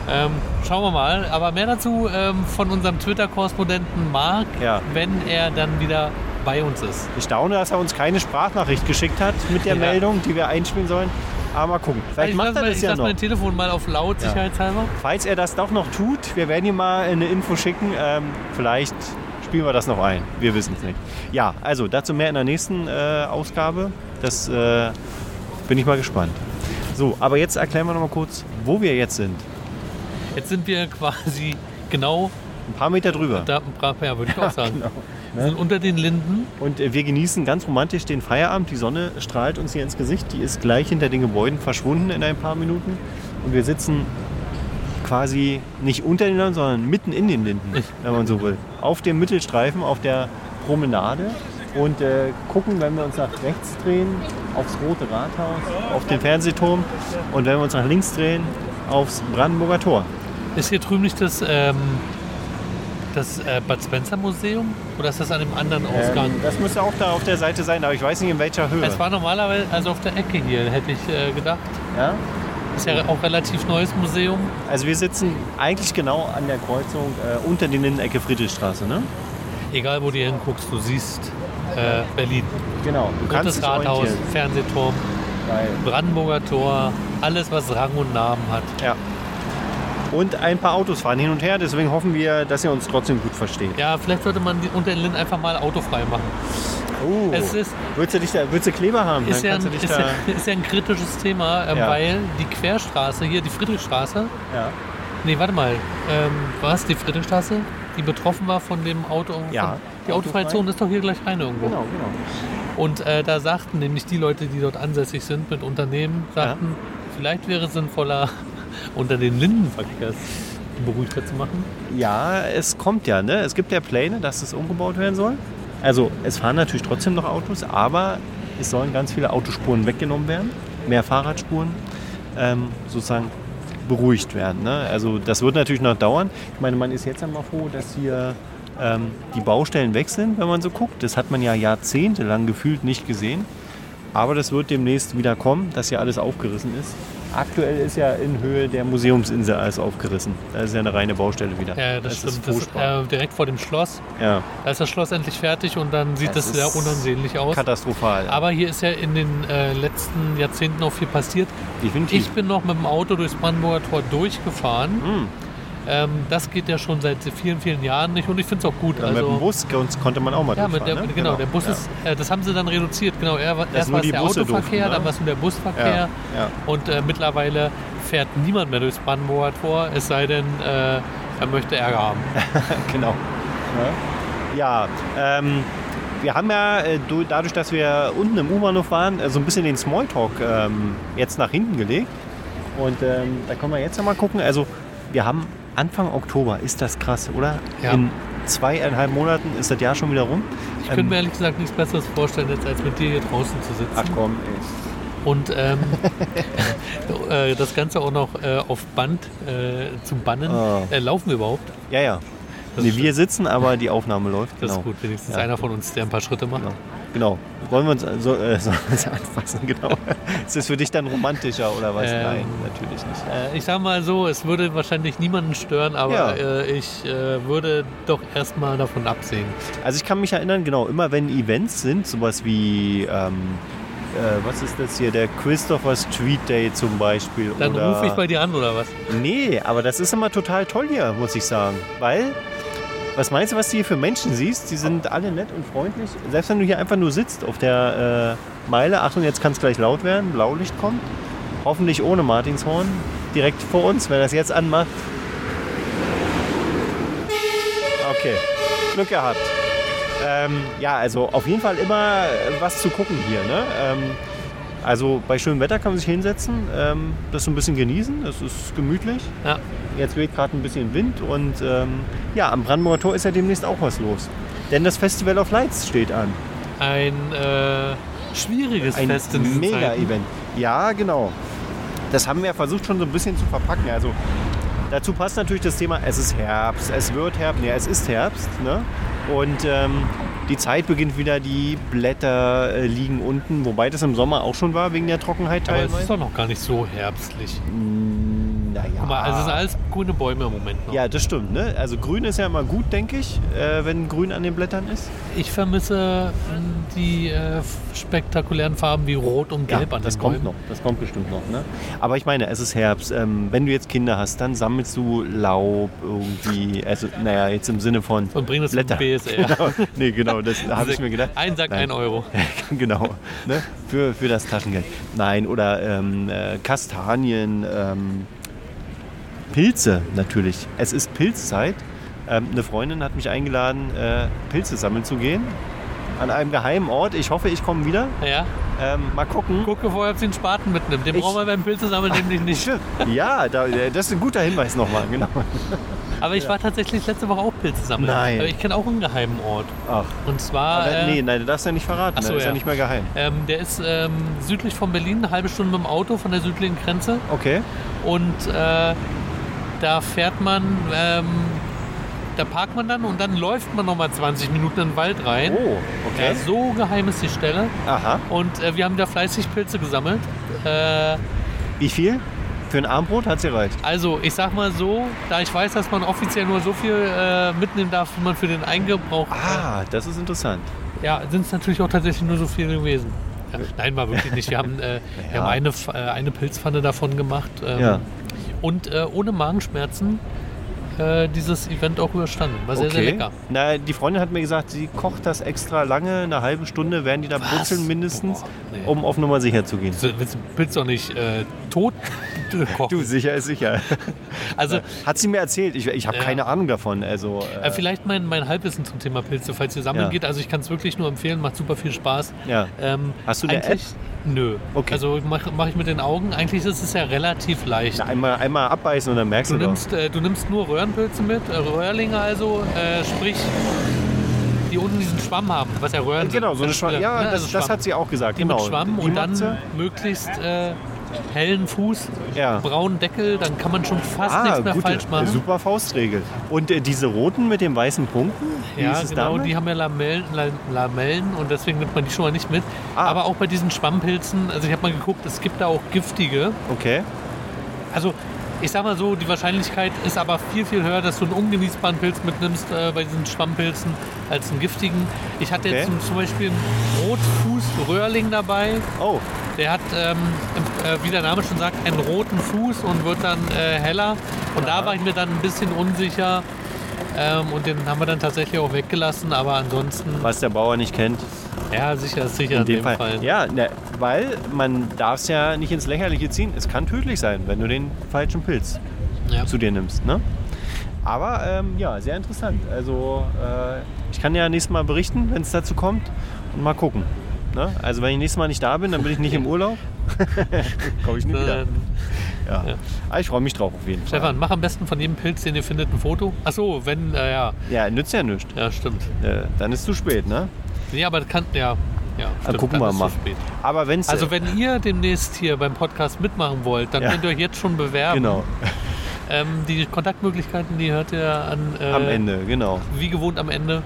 Speaker 2: Ähm, schauen wir mal. Aber mehr dazu ähm, von unserem Twitter-Korrespondenten Marc,
Speaker 1: Ja.
Speaker 2: wenn er dann wieder bei uns ist.
Speaker 1: Ich staune, dass er uns keine Sprachnachricht geschickt hat mit der
Speaker 2: Ja.
Speaker 1: Meldung, die wir einspielen sollen. Aber mal gucken. Vielleicht
Speaker 2: Also ich
Speaker 1: macht
Speaker 2: lasse
Speaker 1: er
Speaker 2: mein,
Speaker 1: das
Speaker 2: ich
Speaker 1: ja
Speaker 2: lasse
Speaker 1: noch.
Speaker 2: mein Telefon mal auf laut,
Speaker 1: Ja.
Speaker 2: sicherheitshalber.
Speaker 1: Falls er das doch noch tut, wir werden ihm mal eine Info schicken. Ähm, vielleicht spielen wir das noch ein. Wir wissen es nicht. Ja, also dazu mehr in der nächsten äh, Ausgabe. Das äh, bin ich mal gespannt. So, aber jetzt erklären wir noch mal kurz, wo wir jetzt sind.
Speaker 2: Jetzt sind wir quasi genau
Speaker 1: Ein paar Meter drüber.
Speaker 2: da, ja, würde ich auch sagen.
Speaker 1: genau.
Speaker 2: Wir sind unter den Linden.
Speaker 1: Und äh, wir genießen ganz romantisch den Feierabend. Die Sonne strahlt uns hier ins Gesicht. Die ist gleich hinter den Gebäuden verschwunden in ein paar Minuten. Und wir sitzen quasi nicht unter den Linden, sondern mitten in den Linden, wenn man so will. Auf dem Mittelstreifen, auf der Promenade. Und äh, gucken, wenn wir uns nach rechts drehen, aufs Rote Rathaus, auf den Fernsehturm. Und wenn wir uns nach links drehen, aufs Brandenburger Tor.
Speaker 2: Ist hier drüben nicht das, ähm, das äh, Bad Spencer Museum? Oder ist das an einem anderen Ausgang?
Speaker 1: Ähm, das müsste auch da auf der Seite sein, aber ich weiß nicht in welcher Höhe.
Speaker 2: es war normalerweise also auf der Ecke hier, hätte ich äh, gedacht.
Speaker 1: Ja?
Speaker 2: Ist ja auch relativ neues Museum.
Speaker 1: Also wir sitzen eigentlich genau an der Kreuzung äh, unter der Innenecke Friedrichstraße, ne?
Speaker 2: Egal, wo du hinguckst, du siehst äh, Berlin.
Speaker 1: Genau. Du kannst
Speaker 2: Rotes
Speaker 1: dich
Speaker 2: Rathaus,
Speaker 1: orientieren.
Speaker 2: Fernsehturm,
Speaker 1: Geil.
Speaker 2: Brandenburger Tor, alles, was Rang und Namen hat.
Speaker 1: Ja. Und ein paar Autos fahren hin und her, deswegen hoffen wir, dass ihr uns trotzdem gut versteht.
Speaker 2: Ja, vielleicht sollte man die unter den Linden einfach mal autofrei machen.
Speaker 1: Oh.
Speaker 2: Es ist-
Speaker 1: würdest, du dich da, würdest du Kleber haben?
Speaker 2: Ist ja,
Speaker 1: kannst
Speaker 2: ein,
Speaker 1: du dich
Speaker 2: ist,
Speaker 1: da,
Speaker 2: ja, <laughs> ist ja ein kritisches Thema, ähm,
Speaker 1: Ja.
Speaker 2: weil die Querstraße hier, die Friedrichstraße,
Speaker 1: ja.
Speaker 2: nee, warte mal, ähm, war es die Friedrichstraße, die betroffen war von dem Auto?
Speaker 1: Ja.
Speaker 2: Von, die autofreie
Speaker 1: Autofrei.
Speaker 2: Zone ist doch hier gleich rein irgendwo.
Speaker 1: Genau, genau.
Speaker 2: Und äh, da sagten nämlich die Leute, die dort ansässig sind mit Unternehmen, sagten, vielleicht wäre es sinnvoller, <laughs> unter den Lindenverkehrs beruhigter zu machen.
Speaker 1: Ja, es kommt ja, ne? Es gibt ja Pläne, dass es umgebaut werden soll. Also es fahren natürlich trotzdem noch Autos, aber es sollen ganz viele Autospuren weggenommen werden, mehr Fahrradspuren ähm, sozusagen beruhigt werden. Ne? Also das wird natürlich noch dauern. Ich meine, man ist jetzt einmal froh, dass hier ähm, die Baustellen weg sind, wenn man so guckt. Das hat man ja jahrzehntelang gefühlt nicht gesehen. Aber das wird demnächst wieder kommen, dass hier alles aufgerissen ist. Aktuell ist ja in Höhe der Museumsinsel alles aufgerissen. Da ist ja eine reine Baustelle wieder.
Speaker 2: Ja, das,
Speaker 1: ist
Speaker 2: stimmt. Das,
Speaker 1: furchtbar.
Speaker 2: äh, direkt vor dem Schloss.
Speaker 1: ja,
Speaker 2: Da ist das Schloss endlich fertig und dann sieht
Speaker 1: Das
Speaker 2: das, sehr
Speaker 1: ist
Speaker 2: unansehnlich aus.
Speaker 1: katastrophal.
Speaker 2: Aber hier ist ja in den äh, letzten Jahrzehnten auch viel passiert.
Speaker 1: Definitiv.
Speaker 2: Ich bin noch mit dem Auto durchs Brandenburger Tor durchgefahren.
Speaker 1: Hm.
Speaker 2: Ähm, das geht ja schon seit vielen, vielen Jahren nicht und ich finde es auch gut.
Speaker 1: Ja, mit
Speaker 2: also,
Speaker 1: dem Bus uns konnte man auch mal
Speaker 2: ja, mit
Speaker 1: durchfahren.
Speaker 2: der,
Speaker 1: ne?
Speaker 2: genau, der Bus ist, äh, das haben sie dann reduziert. Genau, er, erst
Speaker 1: nur
Speaker 2: war es
Speaker 1: die
Speaker 2: der
Speaker 1: Busse
Speaker 2: Autoverkehr,
Speaker 1: durften, ne?
Speaker 2: dann war es nur der
Speaker 1: ja.
Speaker 2: Busverkehr
Speaker 1: Ja, ja.
Speaker 2: und äh, mittlerweile fährt niemand mehr durchs Brandenburger Tor, es sei denn, äh, er möchte Ärger haben.
Speaker 1: genau. Ne? Ja, ähm, wir haben ja äh, du- dadurch, dass wir unten im U-Bahnhof waren, äh, so ein bisschen den Smalltalk ähm, jetzt nach hinten gelegt. Und ähm, da können wir jetzt noch mal gucken. Also wir haben Anfang Oktober, ist das krass, oder?
Speaker 2: Ja.
Speaker 1: In zweieinhalb Monaten ist das Jahr schon wieder rum. Ähm, <laughs>
Speaker 2: Ich könnte mir ehrlich gesagt nichts Besseres vorstellen, jetzt, als mit dir hier draußen zu sitzen.
Speaker 1: Ach komm, ey.
Speaker 2: Und ähm,
Speaker 1: <laughs>
Speaker 2: <laughs> äh, das Ganze auch noch äh, auf Band äh, zu bannen.
Speaker 1: Ah.
Speaker 2: Äh, laufen wir überhaupt?
Speaker 1: Ja, ja.
Speaker 2: Das
Speaker 1: nee,
Speaker 2: ist
Speaker 1: wir sitzen, aber die Aufnahme läuft.
Speaker 2: Das
Speaker 1: genau.
Speaker 2: ist gut, wenigstens
Speaker 1: Ja.
Speaker 2: einer von uns, der ein paar Schritte macht.
Speaker 1: Genau. genau. Wollen wir uns so, äh, <laughs> so anfassen, genau. <laughs> ist das für dich dann romantischer oder was?
Speaker 2: Ähm.
Speaker 1: Nein, natürlich nicht.
Speaker 2: Äh, ich sag mal so, es würde wahrscheinlich niemanden stören, aber
Speaker 1: Ja.
Speaker 2: äh, ich äh, würde doch erstmal davon absehen.
Speaker 1: Also ich kann mich erinnern, genau, immer wenn Events sind, sowas wie, ähm, äh, was ist das hier, der Christopher Street Day zum Beispiel.
Speaker 2: Dann
Speaker 1: oder
Speaker 2: rufe ich bei dir an, oder was?
Speaker 1: Nee, aber das ist immer total toll hier, muss ich sagen. Weil, was meinst du, was du hier für Menschen siehst? Die sind alle nett und freundlich. Selbst wenn du hier einfach nur sitzt auf der äh, Meile. Achtung, jetzt kann es gleich laut werden. Blaulicht kommt. Hoffentlich ohne Martinshorn. Direkt vor uns, wenn er das jetzt anmacht. Okay, Glück gehabt. Ähm, ja, also auf jeden Fall immer äh, was zu gucken hier. Ne? Ähm, also bei schönem Wetter kann man sich hinsetzen, ähm, das so ein bisschen genießen. Es ist gemütlich.
Speaker 2: Ja.
Speaker 1: Jetzt weht gerade ein bisschen Wind und ähm, ja, am Brandenburger Tor ist ja demnächst auch was los. Denn das Festival of Lights steht an.
Speaker 2: Ein äh, schwieriges
Speaker 1: Ein
Speaker 2: Fest in diesen Zeiten.
Speaker 1: Mega-Event. Ja, genau. das haben wir versucht schon so ein bisschen zu verpacken. Also dazu passt natürlich das Thema, es ist Herbst, es wird Herbst, nee, es ist Herbst. Ne? Und ähm, die Zeit beginnt wieder, die Blätter äh, liegen unten, wobei das im Sommer auch schon war, wegen der Trockenheit
Speaker 2: Aber es ist
Speaker 1: teilweise.
Speaker 2: doch noch gar nicht so herbstlich.
Speaker 1: Naja.
Speaker 2: Guck mal, also es sind alles grüne Bäume im Moment noch.
Speaker 1: Ah. Ja, das stimmt. Ne? Also grün ist ja immer gut, denke ich, äh, wenn grün an den Blättern ist.
Speaker 2: Ich vermisse ähm, die äh, spektakulären Farben wie Rot und Gelb an
Speaker 1: das
Speaker 2: den
Speaker 1: kommt
Speaker 2: Bäumen.
Speaker 1: noch. Das kommt bestimmt noch. Ne? Aber ich meine, es ist Herbst. Ähm, wenn du jetzt Kinder hast, dann sammelst du Laub irgendwie. Also, naja, jetzt im Sinne von.
Speaker 2: Und bring das
Speaker 1: Blätter.
Speaker 2: zum BSR.
Speaker 1: nee, <laughs> genau,
Speaker 2: <laughs>
Speaker 1: das habe ich mir gedacht.
Speaker 2: Ein Sack,
Speaker 1: Nein.
Speaker 2: ein Euro.
Speaker 1: <laughs> genau. Ne? Für, für das Taschengeld. Nein, oder ähm, äh, Kastanien, ähm, Pilze natürlich. Es ist Pilzzeit. Ähm, eine Freundin hat mich eingeladen, äh, Pilze sammeln zu gehen. An einem geheimen Ort. Ich hoffe, ich komme wieder.
Speaker 2: Ja.
Speaker 1: Ähm, mal gucken.
Speaker 2: Gucke vorher, ob sie einen Spaten mitnimmt. Den
Speaker 1: Ich-
Speaker 2: brauchen wir beim Pilze sammeln nämlich nicht.
Speaker 1: Ja, da, äh, das ist ein guter Hinweis nochmal, genau.
Speaker 2: Aber ich war tatsächlich letzte Woche auch Pilze sammeln.
Speaker 1: Nein.
Speaker 2: Aber ich kenne auch einen geheimen Ort.
Speaker 1: Ach,
Speaker 2: Und zwar,
Speaker 1: aber,
Speaker 2: äh,
Speaker 1: nee, nein, du darfst ja nicht verraten,
Speaker 2: Ach so,
Speaker 1: das ist ja
Speaker 2: ja.
Speaker 1: nicht mehr geheim.
Speaker 2: ähm, der ist ähm, südlich von Berlin, eine halbe Stunde mit dem Auto von der südlichen Grenze.
Speaker 1: Okay.
Speaker 2: Und äh, da fährt man, ähm, da parkt man dann und dann läuft man nochmal 20 Minuten in den Wald rein.
Speaker 1: Oh, okay.
Speaker 2: Ja, so geheim ist die Stelle.
Speaker 1: Aha.
Speaker 2: Und äh, wir haben da fleißig Pilze gesammelt. Äh,
Speaker 1: Wie viel? Für ein Armbrot hat sie reicht.
Speaker 2: also ich sag mal so, da ich weiß, dass man offiziell nur so viel äh, mitnehmen darf, wie man für den Eingebrauch.
Speaker 1: Ah, das ist interessant.
Speaker 2: Äh, ja, sind es natürlich auch tatsächlich nur so viele gewesen. Ja, nein, war wirklich nicht. Wir haben,
Speaker 1: <laughs>
Speaker 2: äh,
Speaker 1: Ja.
Speaker 2: wir haben eine, F- äh, eine Pilzpfanne davon gemacht. ähm,
Speaker 1: Ja.
Speaker 2: Und äh, ohne Magenschmerzen äh, dieses Event auch überstanden. War sehr, sehr lecker.
Speaker 1: Na, die Freundin hat mir gesagt, sie kocht das extra lange, eine halbe Stunde werden die da
Speaker 2: Was?
Speaker 1: brutzeln mindestens,
Speaker 2: Boah, nee.
Speaker 1: um auf Nummer sicher zu gehen.
Speaker 2: Du Also, willst den Pilz doch nicht äh,
Speaker 1: <laughs>
Speaker 2: tot kochen.
Speaker 1: Du, sicher ist sicher. <laughs>
Speaker 2: also,
Speaker 1: Hat sie mir erzählt, ich, ich habe
Speaker 2: Ja.
Speaker 1: keine Ahnung davon. Also, äh,
Speaker 2: Äh, vielleicht mein, mein Halbwissen zum Thema Pilze, falls ihr sammeln
Speaker 1: Ja.
Speaker 2: geht. Also ich kann es wirklich nur empfehlen, macht super viel Spaß.
Speaker 1: ja.
Speaker 2: Ähm,
Speaker 1: Hast du eine
Speaker 2: eigentlich- Nö.
Speaker 1: Okay.
Speaker 2: Also mache mach ich mit den Augen. Eigentlich ist es ja relativ leicht.
Speaker 1: Na, einmal, einmal abbeißen und dann merkst
Speaker 2: Du
Speaker 1: du doch.
Speaker 2: nimmst, äh, du nimmst nur Röhrenpilze mit, äh, Röhrlinge also, äh, sprich, die unten diesen Schwamm haben, was ja Röhren
Speaker 1: Genau,
Speaker 2: sind.
Speaker 1: so eine Schwamm. Ja, das,
Speaker 2: also
Speaker 1: das hat sie auch gesagt.
Speaker 2: Die
Speaker 1: genau.
Speaker 2: mit Schwamm
Speaker 1: Die
Speaker 2: und
Speaker 1: macht
Speaker 2: dann
Speaker 1: sie.
Speaker 2: möglichst äh, hellen Fuß,
Speaker 1: Ja.
Speaker 2: braunen Deckel, dann kann man schon fast
Speaker 1: Ah,
Speaker 2: nichts mehr
Speaker 1: gute,
Speaker 2: falsch ne? machen.
Speaker 1: super Faustregel. Und äh, diese roten mit den weißen Punkten, wie
Speaker 2: Ja,
Speaker 1: ist es
Speaker 2: genau,
Speaker 1: damit?
Speaker 2: die haben ja Lamellen, La- Lamellen und deswegen nimmt man die schon mal nicht mit.
Speaker 1: Ah.
Speaker 2: Aber auch bei diesen Schwammpilzen, also ich habe mal geguckt, es gibt da auch giftige.
Speaker 1: Okay.
Speaker 2: Also ich sag mal so, die Wahrscheinlichkeit ist aber viel, viel höher, dass du einen ungenießbaren Pilz mitnimmst äh, bei diesen Schwammpilzen als einen giftigen. Ich hatte
Speaker 1: Okay.
Speaker 2: jetzt zum, zum Beispiel einen Rotfuß-Röhrling dabei.
Speaker 1: Oh,
Speaker 2: Der hat, ähm, äh, wie der Name schon sagt, einen roten Fuß und wird dann äh, heller. Und da war ich mir dann ein bisschen unsicher. Ähm, und den haben wir dann tatsächlich auch weggelassen. Aber ansonsten
Speaker 1: was der Bauer nicht kennt.
Speaker 2: Ja, sicher, ist sicher
Speaker 1: In dem Fall. Ja, ne, weil man darf es ja nicht ins Lächerliche ziehen. Es kann tödlich sein, wenn du den falschen Pilz
Speaker 2: Ja.
Speaker 1: zu dir nimmst. Ne? Aber ähm, ja, sehr interessant. Also äh, ich kann ja nächstes Mal berichten, wenn es dazu kommt und mal gucken. Ne? Also wenn ich nächstes Mal nicht da bin, dann bin ich
Speaker 2: <laughs>
Speaker 1: nicht im Urlaub. Komme ich nie wieder.
Speaker 2: Ähm,
Speaker 1: Ja.
Speaker 2: ja.
Speaker 1: Aber Ah, ich freue mich drauf auf jeden Fall.
Speaker 2: Stefan, mach am besten von jedem Pilz, den ihr findet, ein Foto. Achso, wenn, äh, ja,
Speaker 1: Ja, nützt ja nichts.
Speaker 2: ja, stimmt.
Speaker 1: Äh, dann ist zu spät, ne?
Speaker 2: Nee, aber das kann, ja, ja,
Speaker 1: Dann
Speaker 2: stimmt.
Speaker 1: gucken
Speaker 2: dann
Speaker 1: wir
Speaker 2: ist
Speaker 1: mal.
Speaker 2: zu spät.
Speaker 1: Aber wenn es...
Speaker 2: Also, wenn ihr demnächst hier beim Podcast mitmachen wollt, dann
Speaker 1: Ja.
Speaker 2: könnt ihr euch jetzt schon bewerben.
Speaker 1: genau,
Speaker 2: Ähm, die Kontaktmöglichkeiten, die hört ihr an, äh,
Speaker 1: am Ende, genau.
Speaker 2: Wie gewohnt am Ende.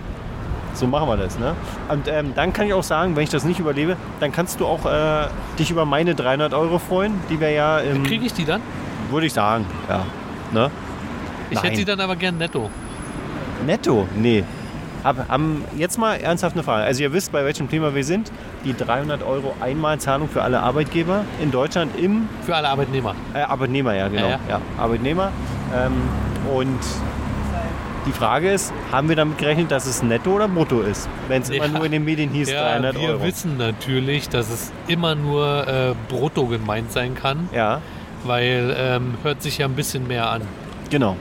Speaker 1: So machen wir das, ne? Und ähm, dann kann ich auch sagen, wenn ich das nicht überlebe, dann kannst du auch äh, dich über meine 300 Euro freuen, die wir ja im...
Speaker 2: Kriege ich die dann?
Speaker 1: Würde ich sagen, ja. Ne?
Speaker 2: Ich
Speaker 1: Nein.
Speaker 2: hätte die dann aber gern netto.
Speaker 1: Netto? Nee. Hab, haben jetzt mal ernsthaft eine Frage. Also ihr wisst, bei welchem Thema wir sind. Die 300 Euro Einmalzahlung für alle Arbeitgeber in Deutschland im
Speaker 2: Für alle Arbeitnehmer.
Speaker 1: Äh, Arbeitnehmer, ja, genau.
Speaker 2: Ja,
Speaker 1: Ja,
Speaker 2: ja.
Speaker 1: Arbeitnehmer. Ähm, und die Frage ist, haben wir damit gerechnet, dass es netto oder brutto ist? Wenn es
Speaker 2: Ja.
Speaker 1: immer nur in den Medien hieß, 300
Speaker 2: wir
Speaker 1: Euro.
Speaker 2: wissen natürlich, dass es immer nur äh, brutto gemeint sein kann.
Speaker 1: Ja,
Speaker 2: weil ähm, hört sich ja ein bisschen mehr an.
Speaker 1: genau.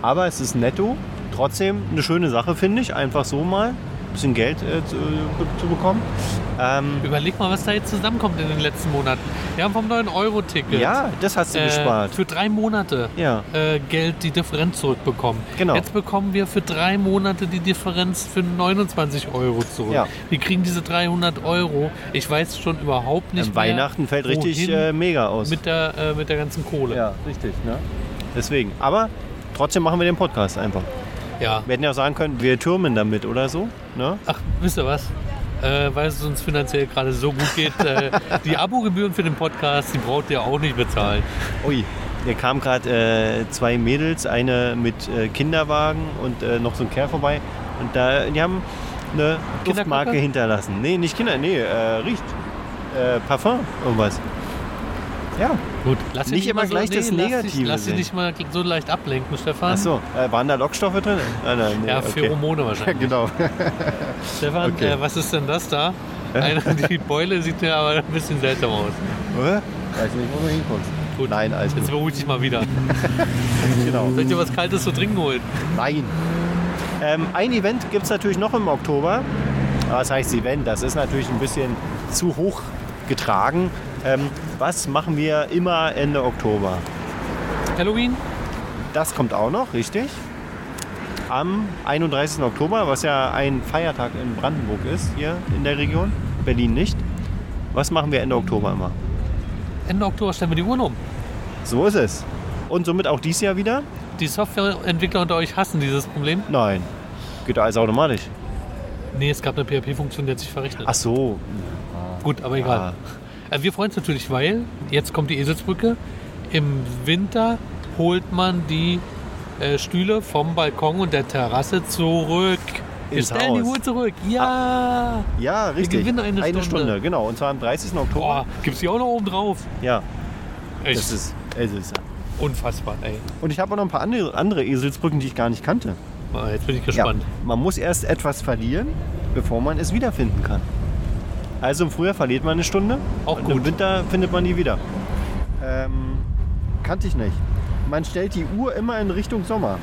Speaker 1: Aber es ist netto. Trotzdem eine schöne Sache, finde ich. Einfach so mal. bisschen Geld äh, zu, zu bekommen. Ähm,
Speaker 2: Überleg mal, was da jetzt zusammenkommt in den letzten Monaten. Wir haben vom 9-Euro-Ticket
Speaker 1: ja, das hast du
Speaker 2: äh,
Speaker 1: gespart.
Speaker 2: für drei Monate
Speaker 1: Ja.
Speaker 2: äh, Geld die Differenz zurückbekommen.
Speaker 1: Genau.
Speaker 2: Jetzt bekommen wir für drei Monate die Differenz für 29 Euro zurück.
Speaker 1: Ja.
Speaker 2: Wir kriegen diese 300 Euro. Ich weiß schon überhaupt nicht
Speaker 1: Ähm,
Speaker 2: mehr,
Speaker 1: Weihnachten fällt richtig
Speaker 2: wohin
Speaker 1: äh, mega aus.
Speaker 2: mit, der, äh, mit der ganzen Kohle.
Speaker 1: ja, richtig. Ne? Deswegen. Aber trotzdem machen wir den Podcast einfach.
Speaker 2: Ja.
Speaker 1: Wir hätten ja auch sagen können, wir türmen damit oder so. Ne?
Speaker 2: Ach, wisst ihr was? Äh, weil es uns finanziell gerade so gut geht,
Speaker 1: <laughs>
Speaker 2: äh, die Abogebühren für den Podcast, die braucht ihr auch nicht bezahlen.
Speaker 1: Ui. Hier kamen gerade äh, zwei Mädels, eine mit äh, Kinderwagen und äh, noch so ein Kerl vorbei. Und da, die haben eine Duftmarke
Speaker 2: Kinderkacke?
Speaker 1: hinterlassen. Nee, nicht Kinder, nee, äh, riecht. Äh, Parfum, irgendwas. Ja.
Speaker 2: Gut, lass dich
Speaker 1: Nicht immer
Speaker 2: mal
Speaker 1: gleich das
Speaker 2: Lass dich,
Speaker 1: Negative
Speaker 2: lass dich
Speaker 1: sehen.
Speaker 2: nicht mal so leicht ablenken, Stefan.
Speaker 1: Achso, äh, waren da Lockstoffe drin? Ah, nein, nee,
Speaker 2: Ja,
Speaker 1: okay.
Speaker 2: Pheromone
Speaker 1: <laughs>
Speaker 2: wahrscheinlich.
Speaker 1: Genau.
Speaker 2: Stefan,
Speaker 1: Okay.
Speaker 2: äh, was ist denn das da? Eine, die Beule sieht ja aber ein bisschen seltsam aus.
Speaker 1: Hä? Weiß nicht, wo du hinkommst.
Speaker 2: Gut.
Speaker 1: Nein, alles
Speaker 2: Jetzt
Speaker 1: gut.
Speaker 2: beruhig dich mal wieder.
Speaker 1: Genau.
Speaker 2: Soll ich dir was Kaltes zu trinken holen?
Speaker 1: Nein. Ähm, ein Event gibt es natürlich noch im Oktober. Ah, Was heißt Event? Das ist natürlich ein bisschen zu hoch getragen. Ähm, was machen wir immer Ende Oktober?
Speaker 2: Halloween?
Speaker 1: Das kommt auch noch, richtig? Am 31. Oktober, was ja ein Feiertag in Brandenburg ist, hier in der Region, Berlin nicht. Was machen wir Ende Oktober immer?
Speaker 2: Ende Oktober stellen wir die Uhren um.
Speaker 1: So ist es. Und somit auch dies Jahr wieder?
Speaker 2: Die Softwareentwickler unter euch hassen dieses Problem.
Speaker 1: Nein. Geht alles automatisch.
Speaker 2: Nee, es gab eine PHP-Funktion, die hat sich verrechnet.
Speaker 1: Ach so. Ah.
Speaker 2: Gut, aber egal. Äh, Wir freuen uns natürlich, weil jetzt kommt die Eselsbrücke. Im Winter holt man die äh, Stühle vom Balkon und der Terrasse zurück. Wir
Speaker 1: Ins
Speaker 2: stellen die
Speaker 1: Haus.
Speaker 2: Uhr zurück.
Speaker 1: Ah.
Speaker 2: Ja!
Speaker 1: Ja, richtig.
Speaker 2: gewinnen eine Stunde.
Speaker 1: genau. Und zwar am 30. Oktober.
Speaker 2: Boah, gibt's die auch noch oben drauf?
Speaker 1: Ja,
Speaker 2: Echt
Speaker 1: das ist, es ist.
Speaker 2: unfassbar, ey.
Speaker 1: Und ich habe auch noch ein paar andere, andere Eselsbrücken, die ich gar nicht kannte.
Speaker 2: Ah, Jetzt bin ich gespannt.
Speaker 1: Ja, man muss erst etwas verlieren, bevor man es wiederfinden kann. Also im Frühjahr verliert man eine Stunde.
Speaker 2: Auch
Speaker 1: und
Speaker 2: gut.
Speaker 1: Im Winter findet man die wieder. Ähm, kannte ich nicht. Man stellt die Uhr immer in Richtung Sommer.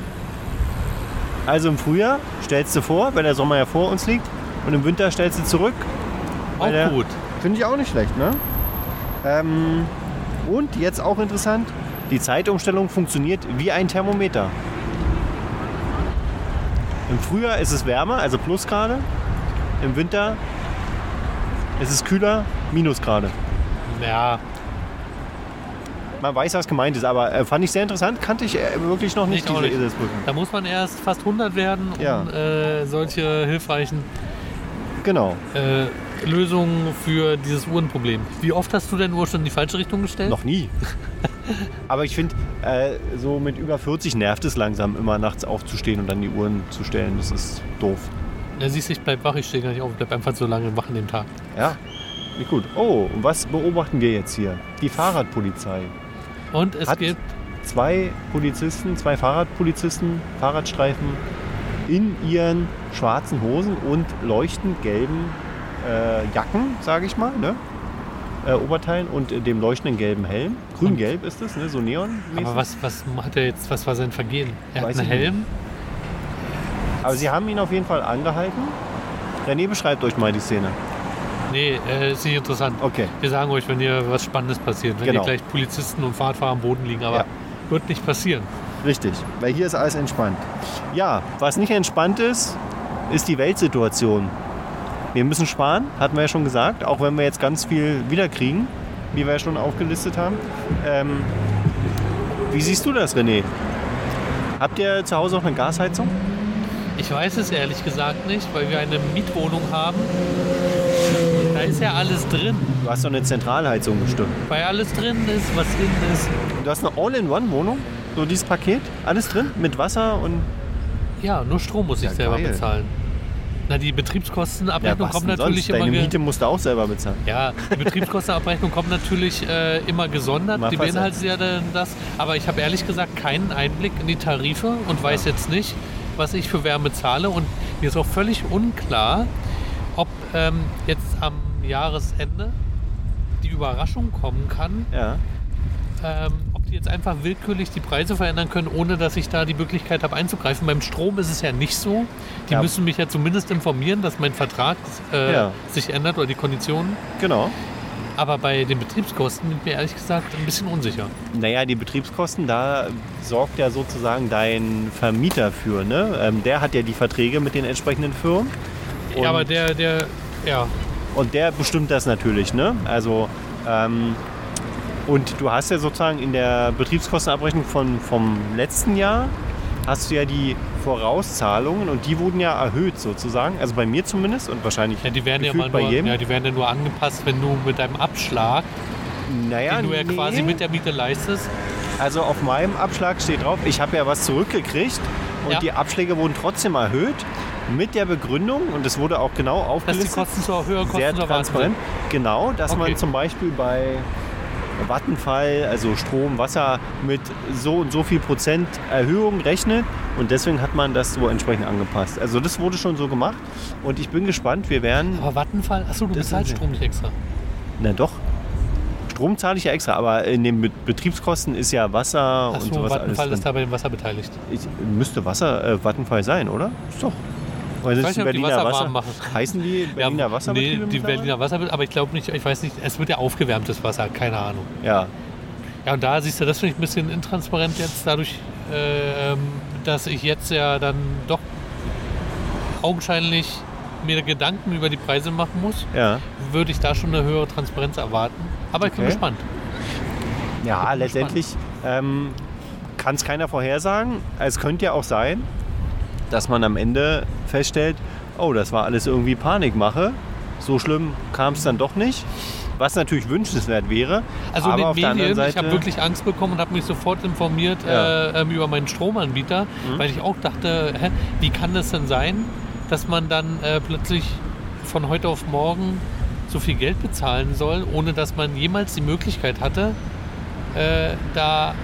Speaker 1: Also im Frühjahr stellst du vor, weil der Sommer ja vor uns liegt. Und im Winter stellst du zurück.
Speaker 2: Auch
Speaker 1: weil der-
Speaker 2: gut.
Speaker 1: Finde ich auch nicht schlecht, ne? Ähm, und jetzt auch interessant, die Zeitumstellung funktioniert wie ein Thermometer. Im Frühjahr ist es wärmer, also Plusgrade. Im Winter ist es kühler, Minusgrade.
Speaker 2: Ja,
Speaker 1: Man weiß, was gemeint ist, aber äh, fand ich sehr interessant. Kannte ich äh, wirklich noch nicht,
Speaker 2: Ich auch
Speaker 1: diese
Speaker 2: nicht.
Speaker 1: Eselsbrücken.
Speaker 2: da muss man erst fast 100 werden, um
Speaker 1: Ja.
Speaker 2: äh, solche hilfreichen
Speaker 1: Genau,
Speaker 2: äh, Lösungen für dieses Uhrenproblem. Wie oft hast du deine Uhr schon in die falsche Richtung gestellt?
Speaker 1: noch
Speaker 2: <laughs>
Speaker 1: nie. aber ich finde, äh, so mit über 40 nervt es langsam, immer nachts aufzustehen und dann die Uhren zu stellen. Das ist doof.
Speaker 2: Da siehst du, ich bleib wach, ich stehe gar nicht auf, ich bleib einfach so lange wach an dem Tag.
Speaker 1: Ja, nicht gut. Oh, und was beobachten wir jetzt hier? Die Fahrradpolizei.
Speaker 2: Und es
Speaker 1: Hat-
Speaker 2: gibt
Speaker 1: Zwei Polizisten, zwei Fahrradpolizisten, Fahrradstreifen in ihren schwarzen Hosen und leuchtend gelben äh, Jacken, sage ich mal, ne? Äh, Oberteilen und äh, dem leuchtenden gelben Helm. Grün-gelb ist es, ne? So neon
Speaker 2: aber was, was hat er jetzt, was war sein Vergehen? Er
Speaker 1: Weiß
Speaker 2: hat einen
Speaker 1: ich nicht.
Speaker 2: Helm.
Speaker 1: Aber sie haben ihn auf jeden Fall angehalten. René, beschreibt euch mal die Szene.
Speaker 2: Nee, äh, ist nicht interessant.
Speaker 1: Okay.
Speaker 2: Wir sagen euch, wenn hier was Spannendes passiert, wenn
Speaker 1: Genau.
Speaker 2: hier gleich Polizisten und Fahrradfahrer am Boden liegen, aber
Speaker 1: Ja.
Speaker 2: wird nicht passieren.
Speaker 1: Richtig, weil hier ist alles entspannt. Ja, was nicht entspannt ist, ist die Weltsituation. Wir müssen sparen, hatten wir ja schon gesagt, auch wenn wir jetzt ganz viel wiederkriegen, wie wir ja schon aufgelistet haben. Ähm, wie siehst du das, René? Habt ihr zu Hause noch eine Gasheizung?
Speaker 2: Ich weiß es ehrlich gesagt nicht, weil wir eine Mietwohnung haben. Da ist ja alles drin.
Speaker 1: Du hast doch eine Zentralheizung bestimmt.
Speaker 2: Weil alles drin ist, was innen ist.
Speaker 1: Du hast eine All-in-One-Wohnung, so dieses Paket, alles drin, mit Wasser und...
Speaker 2: Ja, nur Strom muss ich
Speaker 1: Ja,
Speaker 2: selber
Speaker 1: geil.
Speaker 2: bezahlen. Na, die Betriebskostenabrechnung kommt
Speaker 1: denn
Speaker 2: natürlich immer
Speaker 1: Deine
Speaker 2: ge-
Speaker 1: Miete musst du auch selber bezahlen.
Speaker 2: Ja, die Betriebskostenabrechnung kommt natürlich äh, immer gesondert.
Speaker 1: Mal
Speaker 2: die
Speaker 1: fassen.
Speaker 2: beinhaltet ja dann das. Aber ich habe ehrlich gesagt keinen Einblick in die Tarife und weiß jetzt nicht, was ich für Wärme zahle. Und mir ist auch völlig unklar, ob ähm, jetzt am Jahresende die Überraschung kommen kann,
Speaker 1: Ja.
Speaker 2: ähm, ob die jetzt einfach willkürlich die Preise verändern können, ohne dass ich da die Möglichkeit habe einzugreifen. Beim Strom ist es ja nicht so. Die
Speaker 1: Ja.
Speaker 2: müssen mich ja zumindest informieren, dass mein Vertrag äh,
Speaker 1: Ja.
Speaker 2: sich ändert oder die Konditionen.
Speaker 1: Genau.
Speaker 2: Aber bei den Betriebskosten bin ich mir ehrlich gesagt ein bisschen unsicher.
Speaker 1: Naja, die Betriebskosten, da sorgt ja sozusagen dein Vermieter für. Ne? Ähm, der hat ja die Verträge mit den entsprechenden Firmen. Und-
Speaker 2: ja, aber der, der, ja,
Speaker 1: Und der bestimmt das natürlich, ne? Also, ähm, und du hast ja sozusagen in der Betriebskostenabrechnung von, vom letzten Jahr, hast du ja die Vorauszahlungen und die wurden ja erhöht sozusagen. Also bei mir zumindest und wahrscheinlich
Speaker 2: ja, die werden ja mal
Speaker 1: gefühlt
Speaker 2: nur,
Speaker 1: bei jedem.
Speaker 2: ja, die werden ja nur angepasst, wenn du mit deinem Abschlag,
Speaker 1: naja,
Speaker 2: den du ja
Speaker 1: nee.
Speaker 2: quasi mit der Miete leistest,
Speaker 1: Also auf meinem Abschlag steht drauf, ich habe ja was zurückgekriegt und
Speaker 2: Ja.
Speaker 1: die Abschläge wurden trotzdem erhöht mit der Begründung und es wurde auch genau
Speaker 2: dass die
Speaker 1: aufgelistet.
Speaker 2: Kosten zu höheren Kosten
Speaker 1: sehr
Speaker 2: zu erwarten sind.
Speaker 1: transparent. Genau, dass
Speaker 2: Okay.
Speaker 1: man zum Beispiel bei Vattenfall, also Strom, Wasser, mit so und so viel Prozent Erhöhung rechnet und deswegen hat man das so entsprechend angepasst. Also das wurde schon so gemacht und ich bin gespannt, wir werden,
Speaker 2: Aber Vattenfall, achso, du
Speaker 1: Das
Speaker 2: bezahlst
Speaker 1: ist- Oh,
Speaker 2: Strom nicht extra.
Speaker 1: na doch, Strom zahle ich ja extra, aber in den Be- Betriebskosten ist ja Wasser und
Speaker 2: Achso,
Speaker 1: sowas alles
Speaker 2: Vattenfall
Speaker 1: drin.
Speaker 2: ist da bei dem Wasser beteiligt.
Speaker 1: Ich, müsste Wasser äh, Vattenfall sein, oder? Ist doch. Weil
Speaker 2: weiß
Speaker 1: sind die
Speaker 2: nicht, ob die
Speaker 1: Berliner
Speaker 2: Wasser
Speaker 1: Wasser,
Speaker 2: warm machen.
Speaker 1: heißen die Berliner Wasser?
Speaker 2: Nee, die Berliner Wasser, aber ich glaube nicht, ich weiß nicht, es wird ja aufgewärmtes Wasser, keine Ahnung.
Speaker 1: Ja,
Speaker 2: Ja, und da siehst du, das finde ich ein bisschen intransparent jetzt, dadurch, äh, ähm, dass ich jetzt ja dann doch augenscheinlich mir Gedanken über die Preise machen muss,
Speaker 1: ja.
Speaker 2: würde ich da schon eine höhere Transparenz erwarten. Aber ich bin
Speaker 1: Okay.
Speaker 2: gespannt.
Speaker 1: Ja,
Speaker 2: bin
Speaker 1: letztendlich ähm, kann es keiner vorhersagen. Es könnte ja auch sein, dass man am Ende feststellt, oh, das war alles irgendwie Panikmache. So schlimm kam es dann doch nicht. Was natürlich wünschenswert wäre.
Speaker 2: Also
Speaker 1: aber
Speaker 2: in den
Speaker 1: auf der anderen
Speaker 2: Medien,
Speaker 1: Seite,
Speaker 2: ich habe wirklich Angst bekommen und habe mich sofort informiert
Speaker 1: Ja. Mhm.
Speaker 2: äh, ähm, über meinen Stromanbieter, weil ich auch dachte, hä, wie kann das denn sein, dass man dann äh, plötzlich von heute auf morgen so viel Geld bezahlen soll, ohne dass man jemals die Möglichkeit hatte, äh, da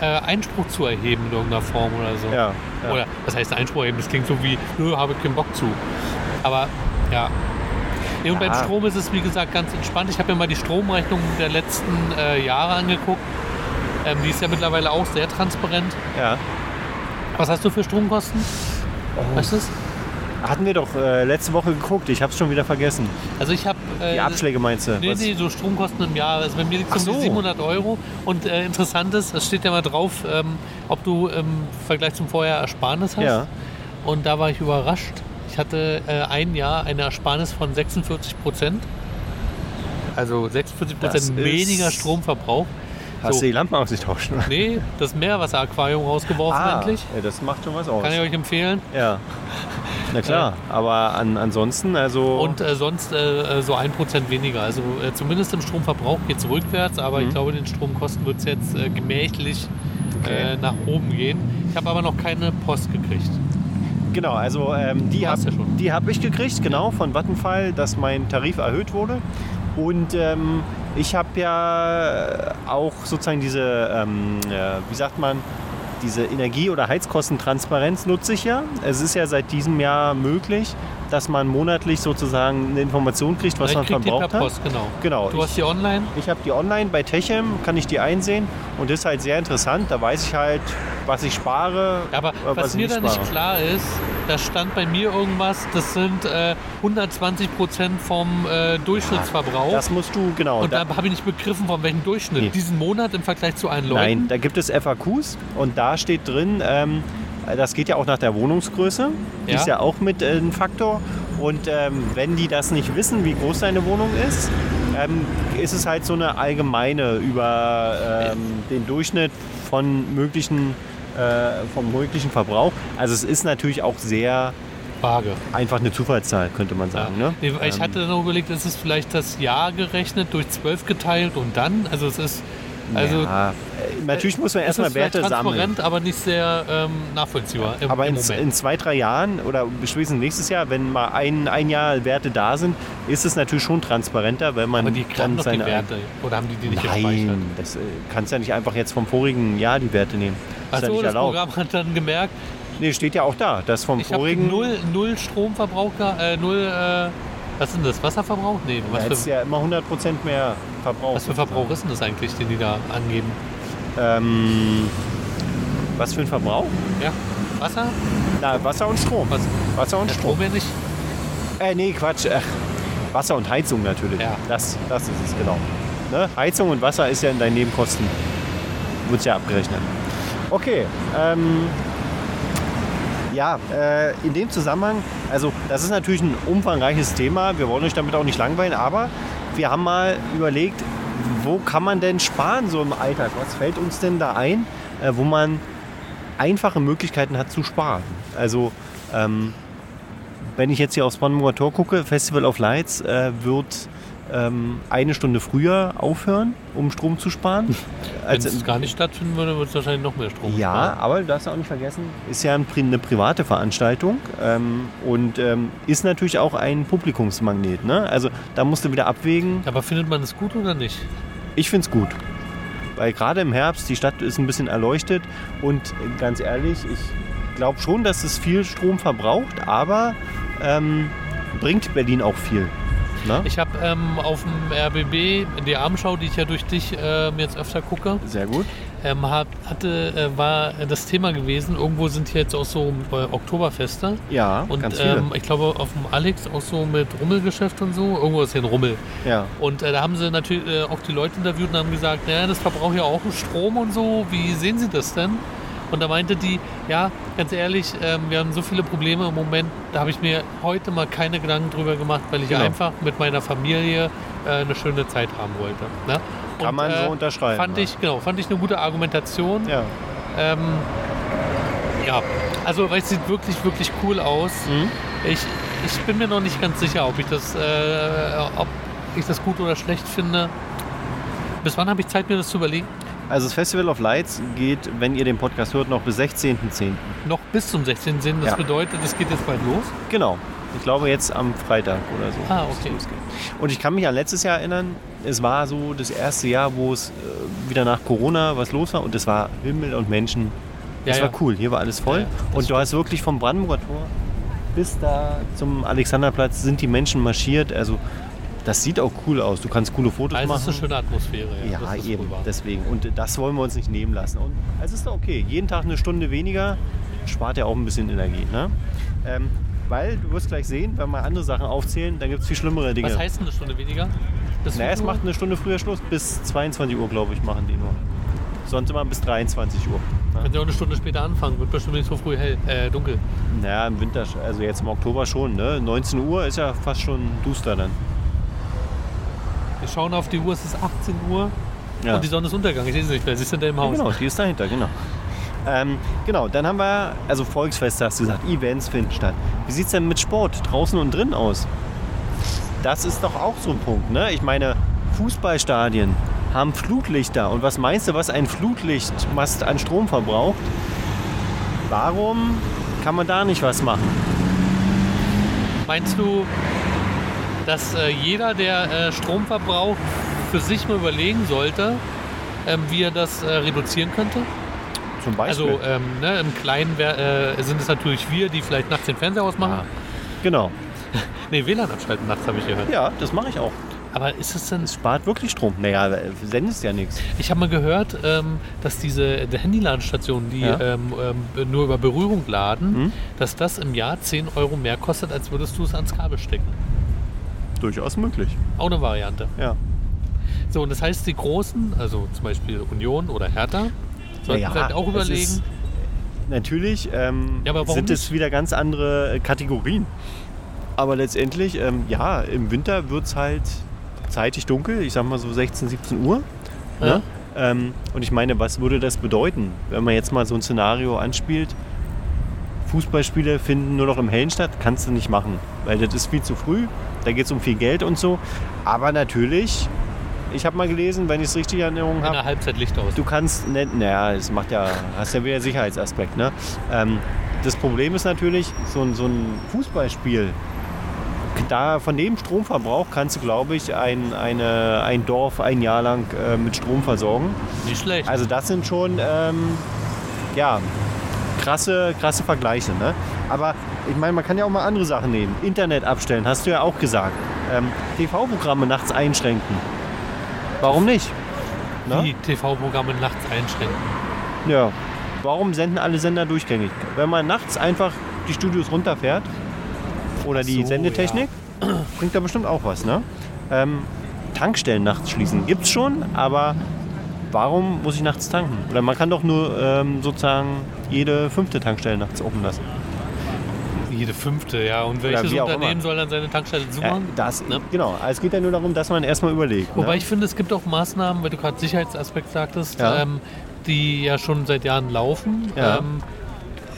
Speaker 2: äh, Einspruch zu erheben in irgendeiner Form oder so.
Speaker 1: Ja, ja.
Speaker 2: Oder was heißt Einspruch erheben? Das klingt so wie, nö, habe ich keinen Bock zu. Aber ja. Nee, Und beim
Speaker 1: Ja.
Speaker 2: Strom ist es, wie gesagt, ganz entspannt. Ich habe mir mal die Stromrechnung der letzten äh, Jahre angeguckt. Ähm, die ist ja mittlerweile auch sehr transparent.
Speaker 1: ja.
Speaker 2: Was hast du für Stromkosten? Weißt du es?
Speaker 1: Hatten wir doch äh, letzte Woche geguckt. Ich habe es schon wieder vergessen.
Speaker 2: Also ich habe... Äh,
Speaker 1: Die Abschläge meinst du?
Speaker 2: Nee,
Speaker 1: Was-
Speaker 2: nee, so Stromkosten im Jahr. Also bei mir liegt
Speaker 1: Ach
Speaker 2: es um
Speaker 1: so.
Speaker 2: die 700 Euro. Und äh, interessant ist, es steht ja mal drauf, ähm, ob du im Vergleich zum Vorjahr Ersparnis hast.
Speaker 1: Ja.
Speaker 2: Und da war ich überrascht. Ich hatte äh, ein Jahr eine Ersparnis von 46 Prozent. Also 46
Speaker 1: Das
Speaker 2: Prozent weniger
Speaker 1: ist-
Speaker 2: Stromverbrauch.
Speaker 1: Hast
Speaker 2: So.
Speaker 1: du die Lampen ausgetauscht? oder?
Speaker 2: Nee, das Meerwasseraquarium rausgeworfen endlich.
Speaker 1: Ja, Ah, das macht schon was aus.
Speaker 2: Kann ich euch empfehlen.
Speaker 1: ja. Na klar, aber an, ansonsten, also.
Speaker 2: Und äh, sonst äh, äh, so ein Prozent weniger. Also äh, zumindest im Stromverbrauch geht es rückwärts, aber
Speaker 1: Mhm.
Speaker 2: ich glaube, den Stromkosten wird es jetzt äh, gemächlich
Speaker 1: Okay.
Speaker 2: äh, nach oben gehen. Ich habe aber noch keine Post gekriegt.
Speaker 1: Genau, also ähm, die
Speaker 2: Du
Speaker 1: habe
Speaker 2: hast ja schon.
Speaker 1: die hab ich gekriegt, genau, von Vattenfall, dass mein Tarif erhöht wurde. Und ähm, ich habe ja auch sozusagen diese, ähm, äh, wie sagt man, diese Energie- oder Heizkostentransparenz nutze ich ja. Es ist ja seit diesem Jahr möglich, dass man monatlich sozusagen eine Information kriegt, was
Speaker 2: ich
Speaker 1: man
Speaker 2: krieg die per
Speaker 1: verbraucht hat.
Speaker 2: Post, genau.
Speaker 1: Genau.
Speaker 2: Du hast die online?
Speaker 1: Ich habe die online bei Techem, kann ich die einsehen und das ist halt sehr interessant. Da weiß ich halt, was ich spare.
Speaker 2: Ja, Aber
Speaker 1: oder
Speaker 2: was
Speaker 1: ich
Speaker 2: mir da nicht
Speaker 1: spare.
Speaker 2: klar ist, da stand bei mir irgendwas, das sind äh, 120 Prozent vom äh, Durchschnittsverbrauch.
Speaker 1: Das musst du, genau.
Speaker 2: und
Speaker 1: da-
Speaker 2: da habe ich nicht begriffen, von welchem Durchschnitt.
Speaker 1: Nee.
Speaker 2: Diesen Monat im Vergleich zu allen Leuten.
Speaker 1: Nein, da gibt es FAQs und da steht drin, ähm, das geht ja auch nach der Wohnungsgröße. Die
Speaker 2: Ja.
Speaker 1: ist ja auch mit äh, ein Faktor. Und ähm, wenn die das nicht wissen, wie groß deine Wohnung ist, ähm, ist es halt so eine allgemeine über ähm, den Durchschnitt von möglichen, äh, vom möglichen Verbrauch. Also es ist natürlich auch sehr
Speaker 2: Vage.
Speaker 1: einfach eine Zufallszahl, könnte man sagen.
Speaker 2: Ja.
Speaker 1: Ne?
Speaker 2: Nee, weil Ich
Speaker 1: Ähm,
Speaker 2: hatte noch überlegt, ist es vielleicht das Jahr gerechnet, durch 12 geteilt und dann? Also es ist, also
Speaker 1: ja, äh, natürlich muss man
Speaker 2: es
Speaker 1: erstmal
Speaker 2: ist vielleicht
Speaker 1: Werte
Speaker 2: transparent,
Speaker 1: sammeln.
Speaker 2: aber nicht sehr ähm, nachvollziehbar im,
Speaker 1: Aber
Speaker 2: im
Speaker 1: in,
Speaker 2: Moment.
Speaker 1: in zwei, drei Jahren oder spätestens nächstes Jahr, wenn mal ein, ein Jahr Werte da sind, ist es natürlich schon transparenter, weil man
Speaker 2: aber die
Speaker 1: dann
Speaker 2: kamen doch die
Speaker 1: seine...
Speaker 2: Werte. Oder haben die die nicht gespeichert?
Speaker 1: Nein, das äh, kannst ja nicht einfach jetzt vom vorigen Jahr die Werte nehmen. Ist ja
Speaker 2: Also
Speaker 1: nicht
Speaker 2: das
Speaker 1: erlaubt.
Speaker 2: Programm hat dann gemerkt,
Speaker 1: Nee, steht ja auch da, dass vom
Speaker 2: ich habe
Speaker 1: vorigen...
Speaker 2: null, null Stromverbrauch, ge- äh, null, äh, was ist denn das, Wasserverbrauch? Nee,
Speaker 1: Ja,
Speaker 2: was,
Speaker 1: jetzt
Speaker 2: für,
Speaker 1: ja immer 100% mehr Verbrauch.
Speaker 2: was für Verbrauch ist denn das eigentlich, den die da angeben?
Speaker 1: Ähm, was für ein Verbrauch?
Speaker 2: Ja. Wasser?
Speaker 1: Na, Wasser und Strom.
Speaker 2: Was?
Speaker 1: Wasser und
Speaker 2: Der
Speaker 1: Strom.
Speaker 2: Strom ja nicht.
Speaker 1: Äh, nee, Quatsch. Äh, Wasser und Heizung natürlich.
Speaker 2: Ja.
Speaker 1: Das, das ist es, genau. Ne? Heizung und Wasser ist ja in deinen Nebenkosten. Wird ja abgerechnet. Okay. Ähm, ja, äh, in dem Zusammenhang, also das ist natürlich ein umfangreiches Thema. Wir wollen euch damit auch nicht langweilen, aber wir haben mal überlegt, wo kann man denn sparen so im Alltag? Was fällt uns denn da ein, äh, wo man einfache Möglichkeiten hat zu sparen? Also ähm, wenn ich jetzt hier aufs Brandenburger Tor gucke, Festival of Lights äh, wird ähm, eine Stunde früher aufhören, um Strom zu sparen.
Speaker 2: Wenn
Speaker 1: Als-
Speaker 2: es gar nicht stattfinden würde, würde es wahrscheinlich noch mehr Strom
Speaker 1: ja,
Speaker 2: sparen.
Speaker 1: aber du darfst ja auch nicht vergessen, ist ja ein, pri- eine private Veranstaltung ähm, und ähm, ist natürlich auch ein Publikumsmagnet. Ne? Also da musst du wieder abwägen.
Speaker 2: Aber findet man es gut oder nicht?
Speaker 1: Ich find's gut. Weil gerade im Herbst, die Stadt ist ein bisschen erleuchtet und ganz ehrlich, ich glaube schon, dass es viel Strom verbraucht, aber ähm, bringt Berlin auch viel. Ne?
Speaker 2: Ich habe ähm, auf dem RBB, in der Abendschau, die ich ja durch dich ähm, jetzt öfter gucke,
Speaker 1: Sehr gut.
Speaker 2: ähm, hab, hatte, äh, war das Thema gewesen. Irgendwo sind hier jetzt auch so äh, Oktoberfeste.
Speaker 1: Ja,
Speaker 2: Und
Speaker 1: ganz viele.
Speaker 2: ähm, ich glaube auf dem Alex auch so mit Rummelgeschäft und so. Irgendwo ist hier ein Rummel.
Speaker 1: ja.
Speaker 2: Und äh, da haben sie natürlich äh, auch die Leute interviewt und haben gesagt, naja, das verbraucht ja auch Strom und so. Wie sehen Sie das denn? Und da meinte die, ja, ganz ehrlich, ähm, wir haben so viele Probleme im Moment, da habe ich mir heute mal keine Gedanken drüber gemacht, weil ich
Speaker 1: Genau.
Speaker 2: einfach mit meiner Familie äh, eine schöne Zeit haben wollte. Ne?
Speaker 1: Kann
Speaker 2: Und,
Speaker 1: man
Speaker 2: äh,
Speaker 1: so unterschreiben.
Speaker 2: Fand
Speaker 1: ne?
Speaker 2: ich, genau, fand ich eine gute Argumentation.
Speaker 1: Ja.
Speaker 2: Ähm, ja, also weil es sieht wirklich, wirklich cool aus.
Speaker 1: Mhm.
Speaker 2: Ich, ich bin mir noch nicht ganz sicher, ob ich das, äh, ob ich das gut oder schlecht finde. Bis wann habe ich Zeit, mir das zu überlegen?
Speaker 1: Also das Festival of Lights geht, wenn ihr den Podcast hört, noch bis 16.10.
Speaker 2: Noch bis zum 16. Sinn. Das
Speaker 1: Ja.
Speaker 2: bedeutet, es geht jetzt bald los.
Speaker 1: Genau. Ich glaube jetzt am Freitag oder so.
Speaker 2: Ah, okay.
Speaker 1: Und ich kann mich an letztes Jahr erinnern, es war so das erste Jahr, wo es äh, wieder nach Corona was los war und es war Himmel und Menschen.
Speaker 2: Ja,
Speaker 1: Das
Speaker 2: ja.
Speaker 1: war cool, hier war alles voll.
Speaker 2: Ja, ja, das
Speaker 1: und du hast wirklich vom Brandenburger Tor bis da zum Alexanderplatz sind die Menschen marschiert. Also das sieht auch cool aus. Du kannst coole Fotos
Speaker 2: Also
Speaker 1: machen.
Speaker 2: es ist eine schöne Atmosphäre.
Speaker 1: Ja,
Speaker 2: das ist
Speaker 1: eben,
Speaker 2: wohl wahr.
Speaker 1: deswegen. Und äh, das wollen wir uns nicht nehmen lassen. Und es ist doch okay. Jeden Tag eine Stunde weniger spart ja auch ein bisschen Energie. Ne? Ähm, weil du wirst gleich sehen, wenn wir andere Sachen aufzählen, dann gibt es viel schlimmere Dinge.
Speaker 2: Was heißt denn eine Stunde weniger? Das
Speaker 1: Na, es
Speaker 2: Video-
Speaker 1: macht eine Stunde früher Schluss. Bis 22 Uhr, glaube ich, machen die nur. Sonst immer bis 23 Uhr. Ne?
Speaker 2: Könnt ihr auch eine Stunde später anfangen, wird bestimmt nicht so früh hell, äh, dunkel.
Speaker 1: Naja, im Winter, sch- also jetzt im Oktober schon. Ne? 19 Uhr ist ja fast schon duster dann.
Speaker 2: Wir schauen auf die Uhr, es ist 18 Uhr
Speaker 1: Ja.
Speaker 2: und die Sonne ist Untergang. Ich sehe sie nicht mehr, sie ist hinter dem
Speaker 1: Ja,
Speaker 2: Haus.
Speaker 1: Genau, die ist dahinter, genau. Ähm, genau, dann haben wir, also Volksfeste hast du gesagt, Events finden statt. Wie sieht es denn mit Sport draußen und drin aus? Das ist doch auch so ein Punkt, ne? Ich meine, Fußballstadien haben Flutlichter. Und was meinst du, was ein Flutlichtmast an Strom verbraucht? Warum kann man da nicht was machen?
Speaker 2: Meinst du, dass äh, jeder, der äh, Strom verbraucht, für sich mal überlegen sollte, ähm, wie er das äh, reduzieren könnte?
Speaker 1: Zum Beispiel.
Speaker 2: Also ähm, ne, im Kleinen wär, äh, sind es natürlich wir, die vielleicht nachts den Fernseher ausmachen.
Speaker 1: genau.
Speaker 2: Nee, WLAN abschalten nachts, habe ich gehört.
Speaker 1: Ja, das mache ich auch.
Speaker 2: Aber ist es denn...
Speaker 1: Es spart wirklich Strom. Naja, äh, sendest ja nichts.
Speaker 2: Ich habe mal gehört, ähm, dass diese die Handyladestationen, die
Speaker 1: Ja.
Speaker 2: ähm, ähm, nur über Berührung laden,
Speaker 1: Mhm.
Speaker 2: dass das im Jahr 10 Euro mehr kostet, als würdest du es ans Kabel stecken.
Speaker 1: Durchaus möglich.
Speaker 2: Auch eine Variante.
Speaker 1: Ja.
Speaker 2: So, und das heißt, die Großen, also zum Beispiel Union oder Hertha, sollten
Speaker 1: Naja,
Speaker 2: vielleicht auch
Speaker 1: es
Speaker 2: überlegen.
Speaker 1: ist- Natürlich ähm,
Speaker 2: Ja, aber warum
Speaker 1: sind es
Speaker 2: nicht?
Speaker 1: wieder ganz andere äh, Kategorien. Aber letztendlich, ähm, ja, im Winter wird es halt zeitig dunkel, ich sag mal so 16, 17 Uhr. Ne? Ähm, und ich meine, was würde das bedeuten, wenn man jetzt mal so ein Szenario anspielt? Fußballspiele finden nur noch im Hellen statt, kannst du nicht machen, weil das ist viel zu früh, da geht es um viel Geld und so. Aber natürlich, ich habe mal gelesen, wenn ich es richtig in Erinnerung
Speaker 2: in
Speaker 1: habe,
Speaker 2: der Halbzeit Licht aus.
Speaker 1: Du kannst nicht, naja, das macht ja, hast ja wieder Sicherheitsaspekt, ne? Ähm, das Problem ist natürlich, so ein, so ein Fußballspiel, da von dem Stromverbrauch kannst du, glaube ich, ein, eine, ein Dorf ein Jahr lang äh, mit Strom versorgen.
Speaker 2: Nicht schlecht.
Speaker 1: Also das sind schon, ähm, ja, krasse, krasse Vergleiche, ne? Aber ich meine, man kann ja auch mal andere Sachen nehmen. Internet abstellen, hast du ja auch gesagt. Ähm, TV-Programme nachts einschränken. Warum nicht? Ne?
Speaker 2: Wie TV-Programme nachts einschränken.
Speaker 1: Ja. Warum senden alle Sender durchgängig? Wenn man nachts einfach die Studios runterfährt oder die
Speaker 2: Ach so,
Speaker 1: Sendetechnik, bringt da bestimmt auch was. Ne? Ähm, Tankstellen nachts schließen gibt's schon, aber warum muss ich nachts tanken? Oder man kann doch nur ähm, sozusagen jede fünfte Tankstelle nachts offen lassen.
Speaker 2: Jede fünfte, ja. Und welches
Speaker 1: wie auch
Speaker 2: Unternehmen
Speaker 1: immer.
Speaker 2: soll dann seine Tankstelle
Speaker 1: Äh,
Speaker 2: zumachen?
Speaker 1: das,
Speaker 2: Ne?
Speaker 1: Genau, es geht ja nur darum, dass man erstmal überlegt.
Speaker 2: Wobei
Speaker 1: ne?
Speaker 2: ich finde, es gibt auch Maßnahmen, weil du gerade Sicherheitsaspekt sagtest,
Speaker 1: Ja.
Speaker 2: ähm, die ja schon seit Jahren laufen.
Speaker 1: Ja.
Speaker 2: Ähm,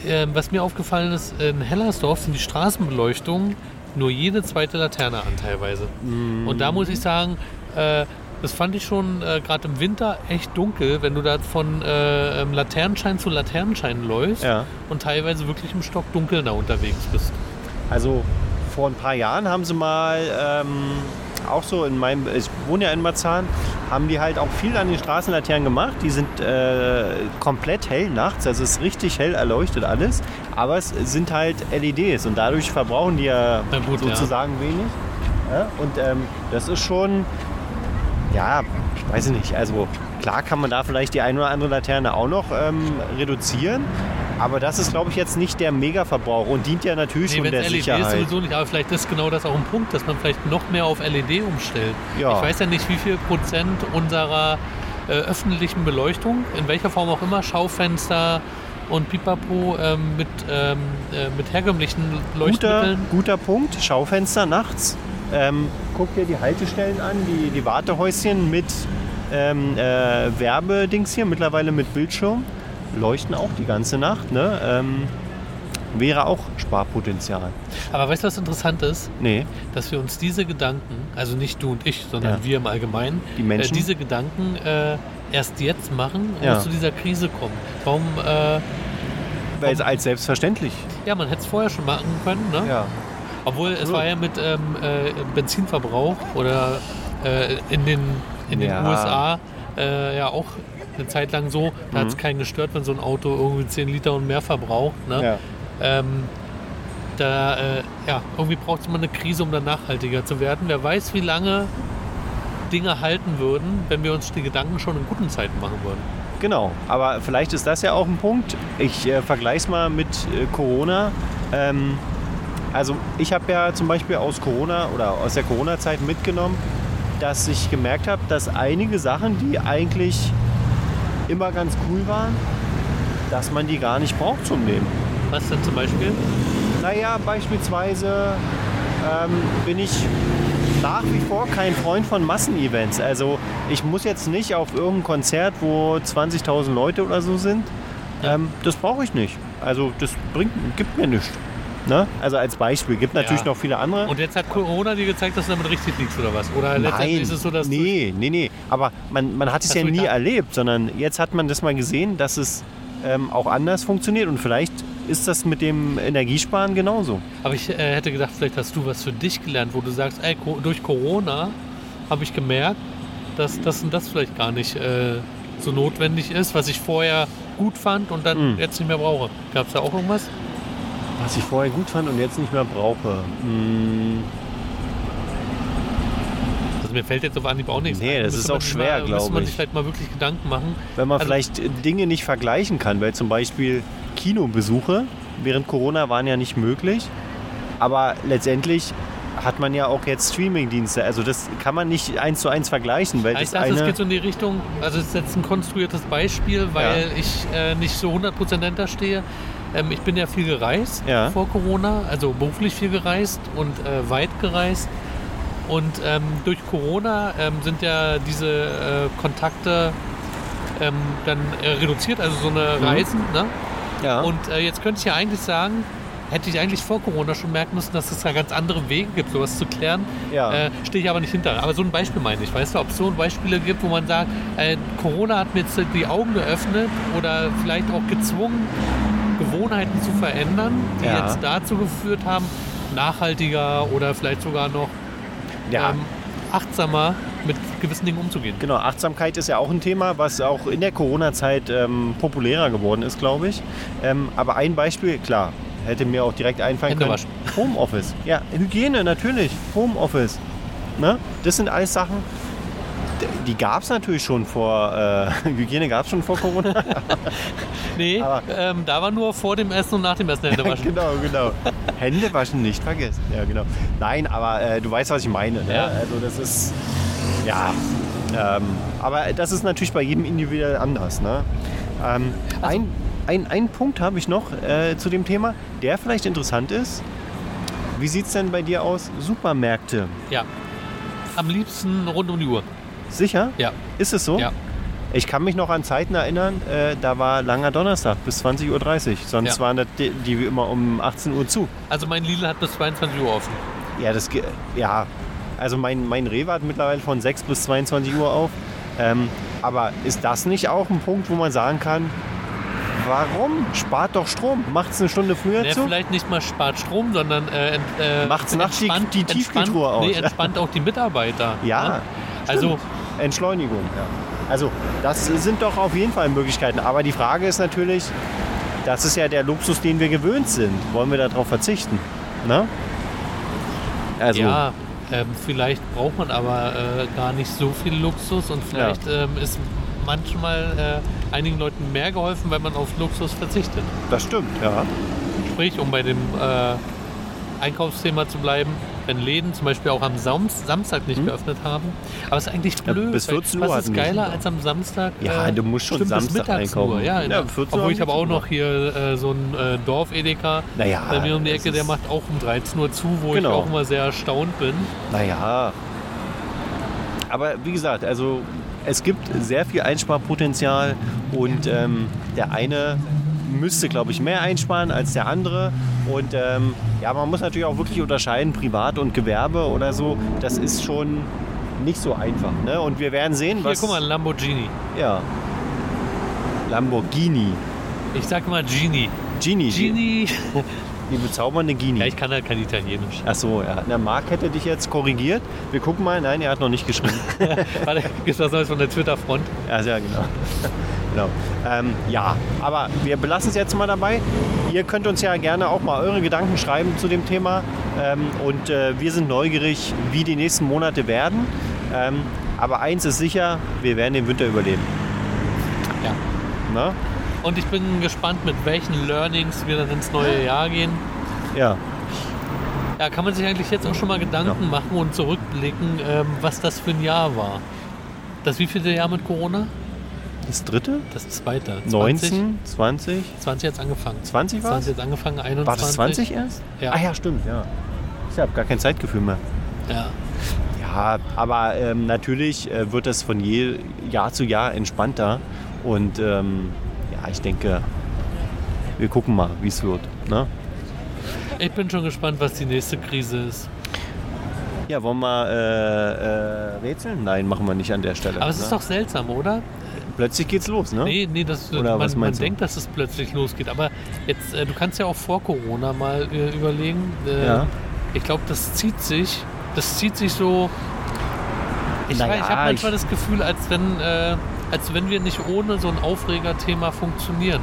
Speaker 2: ähm, was mir aufgefallen ist, in Hellersdorf sind die Straßenbeleuchtungen nur jede zweite Laterne an teilweise.
Speaker 1: Mm.
Speaker 2: Und da muss ich sagen, äh, das fand ich schon äh, gerade im Winter echt dunkel, wenn du da von äh, ähm, Laternenschein zu Laternenschein läufst
Speaker 1: Ja.
Speaker 2: und teilweise wirklich im Stock dunkel da unterwegs bist.
Speaker 1: Also vor ein paar Jahren haben sie mal ähm, auch so in meinem, ich wohne ja in Marzahn, haben die halt auch viel an den Straßenlaternen gemacht. Die sind äh, komplett hell nachts, also es ist richtig hell erleuchtet alles, aber es sind halt LEDs und dadurch verbrauchen die ja
Speaker 2: Na gut, ja.
Speaker 1: sozusagen wenig. Ja? Und ähm, das ist schon, ja, ich weiß nicht, also klar kann man da vielleicht die ein oder andere Laterne auch noch ähm, reduzieren. Aber das ist, glaube ich, jetzt nicht der Mega-Verbrauch und dient ja natürlich
Speaker 2: Nee,
Speaker 1: schon
Speaker 2: wenn
Speaker 1: der
Speaker 2: es LED ist,
Speaker 1: Sicherheit.
Speaker 2: sowieso nicht. Aber vielleicht ist genau das auch ein Punkt, dass man vielleicht noch mehr auf LED umstellt.
Speaker 1: Ja.
Speaker 2: Ich weiß ja nicht, wie viel Prozent unserer äh, öffentlichen Beleuchtung, in welcher Form auch immer, Schaufenster und Pipapo ähm, mit, ähm, äh, mit herkömmlichen
Speaker 1: guter,
Speaker 2: Leuchtmitteln.
Speaker 1: guter Punkt. Schaufenster nachts. Ähm, guck dir die Haltestellen an, die, die Wartehäuschen mit ähm, äh, Werbedings hier, mittlerweile mit Bildschirm. Leuchten auch die ganze Nacht. Ne? Ähm, wäre auch Sparpotenzial.
Speaker 2: Aber weißt du, was interessant ist?
Speaker 1: Nee,
Speaker 2: Dass wir uns diese Gedanken, also nicht du und ich, sondern
Speaker 1: Ja.
Speaker 2: wir im Allgemeinen,
Speaker 1: Die Menschen?
Speaker 2: Äh, diese Gedanken äh, erst jetzt machen und
Speaker 1: Ja.
Speaker 2: zu dieser Krise kommen. Warum, äh,
Speaker 1: weil es als selbstverständlich.
Speaker 2: ja, man hätte es vorher schon machen können, ne?
Speaker 1: Ja.
Speaker 2: Obwohl es
Speaker 1: So.
Speaker 2: war ja mit ähm, äh, Benzinverbrauch oder äh, in den, in den
Speaker 1: Ja.
Speaker 2: USA äh, ja auch eine Zeit lang so, da
Speaker 1: Mhm.
Speaker 2: hat es keinen gestört, wenn so ein Auto irgendwie 10 Liter und mehr verbraucht. Ne?
Speaker 1: ja.
Speaker 2: Ähm, da, äh, ja, irgendwie braucht es mal eine Krise, um dann nachhaltiger zu werden. Wer weiß, wie lange Dinge halten würden, wenn wir uns die Gedanken schon in guten Zeiten machen würden.
Speaker 1: Genau, aber vielleicht ist das ja auch ein Punkt. Ich äh, vergleiche es mal mit äh, Corona. Ähm, also ich habe ja zum Beispiel aus Corona oder aus der Corona-Zeit mitgenommen, dass ich gemerkt habe, dass einige Sachen, die eigentlich immer ganz cool waren, dass man die gar nicht braucht zum Leben.
Speaker 2: Was denn zum Beispiel?
Speaker 1: Naja, beispielsweise ähm, bin ich nach wie vor kein Freund von Massenevents. Also ich muss jetzt nicht auf irgendein Konzert, wo 20.000 Leute oder so sind. Ähm, das brauche ich nicht. Also das bringt, gibt mir nichts. Ne? Also als Beispiel. Gibt natürlich
Speaker 2: Ja.
Speaker 1: noch viele andere.
Speaker 2: Und jetzt hat Corona dir gezeigt, dass du damit richtig liegst oder was? Oder letztendlich
Speaker 1: Nein,
Speaker 2: ist es so, dass du
Speaker 1: nee, nee, nee. Aber man, man hat es
Speaker 2: Dass
Speaker 1: ja
Speaker 2: du
Speaker 1: nie
Speaker 2: da-
Speaker 1: erlebt, sondern jetzt hat man das mal gesehen, dass es ähm, auch anders funktioniert. Und vielleicht ist das mit dem Energiesparen genauso.
Speaker 2: Aber ich äh, hätte gedacht, vielleicht hast du was für dich gelernt, wo du sagst, ey, Co- durch Corona habe ich gemerkt, dass das und das vielleicht gar nicht äh, so notwendig ist, was ich vorher gut fand und dann
Speaker 1: Mm.
Speaker 2: jetzt nicht mehr brauche. Gab es da auch irgendwas?
Speaker 1: Was ich vorher gut fand und jetzt nicht mehr brauche. Mm,
Speaker 2: Also mir fällt jetzt auf Anhieb auch nichts
Speaker 1: Nee,
Speaker 2: ein.
Speaker 1: das
Speaker 2: Müsste
Speaker 1: ist
Speaker 2: man
Speaker 1: auch
Speaker 2: sich
Speaker 1: schwer,
Speaker 2: mal-
Speaker 1: glaub
Speaker 2: Müsste man sich
Speaker 1: ich.
Speaker 2: vielleicht mal wirklich Gedanken machen.
Speaker 1: Wenn man
Speaker 2: Also-
Speaker 1: vielleicht Dinge nicht vergleichen kann, weil zum Beispiel Kinobesuche während Corona waren ja nicht möglich. Aber letztendlich hat man ja auch jetzt Streamingdienste. Also das kann man nicht eins zu eins vergleichen, weil
Speaker 2: Ja, ich
Speaker 1: das
Speaker 2: dachte, es
Speaker 1: eine.
Speaker 2: geht so in die Richtung, also es ist jetzt ein konstruiertes Beispiel, weil ich äh, nicht so 100% dahinter stehe. Ähm, ich bin ja viel gereist
Speaker 1: Ja.
Speaker 2: vor Corona, also beruflich viel gereist und äh, weit gereist. Und ähm, durch Corona ähm, sind ja diese äh, Kontakte ähm, dann äh, reduziert, also so eine
Speaker 1: Mhm.
Speaker 2: Reisen. Ne?
Speaker 1: Ja.
Speaker 2: Und äh, jetzt könnte ich ja eigentlich sagen, hätte ich eigentlich vor Corona schon merken müssen, dass es da ganz andere Wege gibt, sowas zu klären.
Speaker 1: Ja.
Speaker 2: Äh, Stehe ich aber nicht hinter. Aber so ein Beispiel meine ich. Weißt du, ob es so ein Beispiele gibt, wo man sagt, äh, Corona hat mir jetzt die Augen geöffnet oder vielleicht auch gezwungen, Gewohnheiten zu verändern, die
Speaker 1: Ja.
Speaker 2: jetzt dazu geführt haben, nachhaltiger oder vielleicht sogar noch
Speaker 1: ja.
Speaker 2: ähm, achtsamer mit gewissen Dingen umzugehen.
Speaker 1: Genau, Achtsamkeit ist ja auch ein Thema, was auch in der Corona-Zeit ähm, populärer geworden ist, glaube ich. Ähm, aber ein Beispiel, klar, hätte mir auch direkt einfallen
Speaker 2: Hände
Speaker 1: können.
Speaker 2: waschen.
Speaker 1: Homeoffice. Ja, Hygiene natürlich, Homeoffice. Ne? Das sind alles Sachen, die gab es natürlich schon vor, äh, <laughs> Hygiene gab es schon vor Corona.
Speaker 2: Nee,
Speaker 1: Aber-
Speaker 2: ähm, da war nur vor dem Essen und nach dem Essen
Speaker 1: <laughs>
Speaker 2: Hände waschen.
Speaker 1: genau, genau. Hände waschen nicht vergessen. Ja, genau. Nein, aber äh, du weißt, was ich meine. Ne?
Speaker 2: Ja.
Speaker 1: Also das ist, ja. Ähm, aber das ist natürlich bei jedem individuell anders. Ne? Ähm,
Speaker 2: Also
Speaker 1: ein, ein, ein Punkt habe ich noch äh, zu dem Thema, der vielleicht interessant ist. Wie sieht es denn bei dir aus? Supermärkte.
Speaker 2: Ja. Am liebsten rund um die Uhr.
Speaker 1: Sicher?
Speaker 2: Ja.
Speaker 1: Ist es so?
Speaker 2: Ja.
Speaker 1: Ich kann mich noch an Zeiten erinnern, äh, da war langer Donnerstag bis 20.30 Uhr. Sonst
Speaker 2: Ja.
Speaker 1: waren das die, die immer um 18 Uhr zu.
Speaker 2: Also mein Lidl hat bis 22 Uhr offen.
Speaker 1: Ja, das ge- ja. Also mein, mein Rewe hat mittlerweile von 6 bis 22 Uhr auf. Ähm, aber ist das nicht auch ein Punkt, wo man sagen kann, warum? Spart doch Strom. Macht's eine Stunde früher
Speaker 2: Der
Speaker 1: zu.
Speaker 2: Ne, vielleicht nicht mal spart Strom, sondern äh, ent, äh,
Speaker 1: Macht's nachts die- die Tiefkühltruhe
Speaker 2: entspannt, Nee,
Speaker 1: aus.
Speaker 2: entspannt auch
Speaker 1: <laughs>
Speaker 2: die Mitarbeiter.
Speaker 1: Ja,
Speaker 2: ne? Also
Speaker 1: Entschleunigung. Also das sind doch auf jeden Fall Möglichkeiten. Aber die Frage ist natürlich, das ist ja der Luxus, den wir gewöhnt sind. Wollen wir darauf verzichten? Ne? Also,
Speaker 2: ja, ähm, vielleicht braucht man aber äh, gar nicht so viel Luxus und vielleicht ähm, ist manchmal äh, einigen Leuten mehr geholfen, wenn man auf Luxus verzichtet.
Speaker 1: das stimmt. Ja.
Speaker 2: Sprich, um bei dem äh, Einkaufsthema zu bleiben, wenn Läden zum Beispiel auch am Sam Samstag nicht geöffnet haben. Aber es ist eigentlich
Speaker 1: Hm? Ja,
Speaker 2: blöd.
Speaker 1: bis
Speaker 2: weil
Speaker 1: 14 Uhr
Speaker 2: Was
Speaker 1: hatten
Speaker 2: ist
Speaker 1: die
Speaker 2: geiler
Speaker 1: schon.
Speaker 2: als am Samstag? Äh,
Speaker 1: Ja, du musst schon
Speaker 2: stimmt, bis
Speaker 1: Samstag
Speaker 2: mittags
Speaker 1: einkaufen.
Speaker 2: Nur. Ja,
Speaker 1: Ja,
Speaker 2: ja,
Speaker 1: 14 Uhr haben
Speaker 2: obwohl
Speaker 1: die
Speaker 2: ich habe auch
Speaker 1: zu.
Speaker 2: noch hier äh, so einen äh, Dorf-Edeka
Speaker 1: Naja,
Speaker 2: bei mir um die
Speaker 1: das
Speaker 2: Ecke, der
Speaker 1: ist-
Speaker 2: macht auch um 13 Uhr zu, wo ich
Speaker 1: Genau.
Speaker 2: auch immer sehr erstaunt bin.
Speaker 1: Naja. Aber wie gesagt, also es gibt sehr viel Einsparpotenzial und ähm, der eine müsste, glaube ich, mehr einsparen als der andere. Und ähm, ja, man muss natürlich auch wirklich unterscheiden, Privat und Gewerbe oder so. Das ist schon nicht so einfach. Ne? Und wir werden sehen,
Speaker 2: Hier,
Speaker 1: was.
Speaker 2: guck mal, ein Lamborghini.
Speaker 1: Ja. Lamborghini.
Speaker 2: Ich sag mal Genie.
Speaker 1: Genie. Die, <laughs>
Speaker 2: Genie.
Speaker 1: die bezaubernde Genie.
Speaker 2: Ja, ich kann halt kein Italienisch.
Speaker 1: Ach so, ja. Na, Marc hätte dich jetzt korrigiert. Wir gucken mal. Nein, er hat noch nicht geschrieben.
Speaker 2: Warte, gibt's was Neues von der Twitter-Front?
Speaker 1: Ja, sehr genau. <laughs> genau. Ähm, ja, aber wir belassen es jetzt mal dabei. Ihr könnt uns ja gerne auch mal eure Gedanken schreiben zu dem Thema. Ähm, und äh, wir sind neugierig, wie die nächsten Monate werden. Ähm, aber eins ist sicher, wir werden den Winter überleben.
Speaker 2: Ja.
Speaker 1: Ne?
Speaker 2: Und ich bin gespannt, mit welchen Learnings wir dann ins neue Jahr gehen.
Speaker 1: Ja,
Speaker 2: Ja, kann man sich eigentlich jetzt auch schon mal Gedanken machen und zurückblicken, ähm, was das für ein Jahr war. Das wievielte Jahr mit Corona?
Speaker 1: das dritte?
Speaker 2: Das zweite.
Speaker 1: 19, 20,
Speaker 2: 20 jetzt angefangen.
Speaker 1: 20 war
Speaker 2: 20 jetzt angefangen, 21.
Speaker 1: War das 20 erst?
Speaker 2: Ja.
Speaker 1: Ah ja, stimmt, ja. Ich habe gar kein Zeitgefühl mehr.
Speaker 2: Ja.
Speaker 1: Ja, aber ähm, natürlich äh, wird das von je, Jahr zu Jahr entspannter. Und ähm, ja, ich denke, wir gucken mal, wie es wird. Ne?
Speaker 2: Ich bin schon gespannt, was die nächste Krise ist.
Speaker 1: Ja, wollen wir äh, äh, rätseln? Nein, machen wir nicht an der Stelle.
Speaker 2: Aber es
Speaker 1: ne?
Speaker 2: ist doch seltsam, oder?
Speaker 1: Plötzlich geht's los, ne?
Speaker 2: Nee, nee, das,
Speaker 1: Oder
Speaker 2: man,
Speaker 1: was
Speaker 2: man
Speaker 1: meinst du?
Speaker 2: denkt, dass es plötzlich losgeht. Aber jetzt, äh, du kannst ja auch vor Corona mal äh, überlegen. Äh,
Speaker 1: Ja.
Speaker 2: Ich glaube, das zieht sich. Das zieht sich so. Ich,
Speaker 1: Naja,
Speaker 2: weiß, ich habe manchmal
Speaker 1: ich-
Speaker 2: das Gefühl, als wenn, äh, als wenn wir nicht ohne so ein Aufregerthema funktionieren.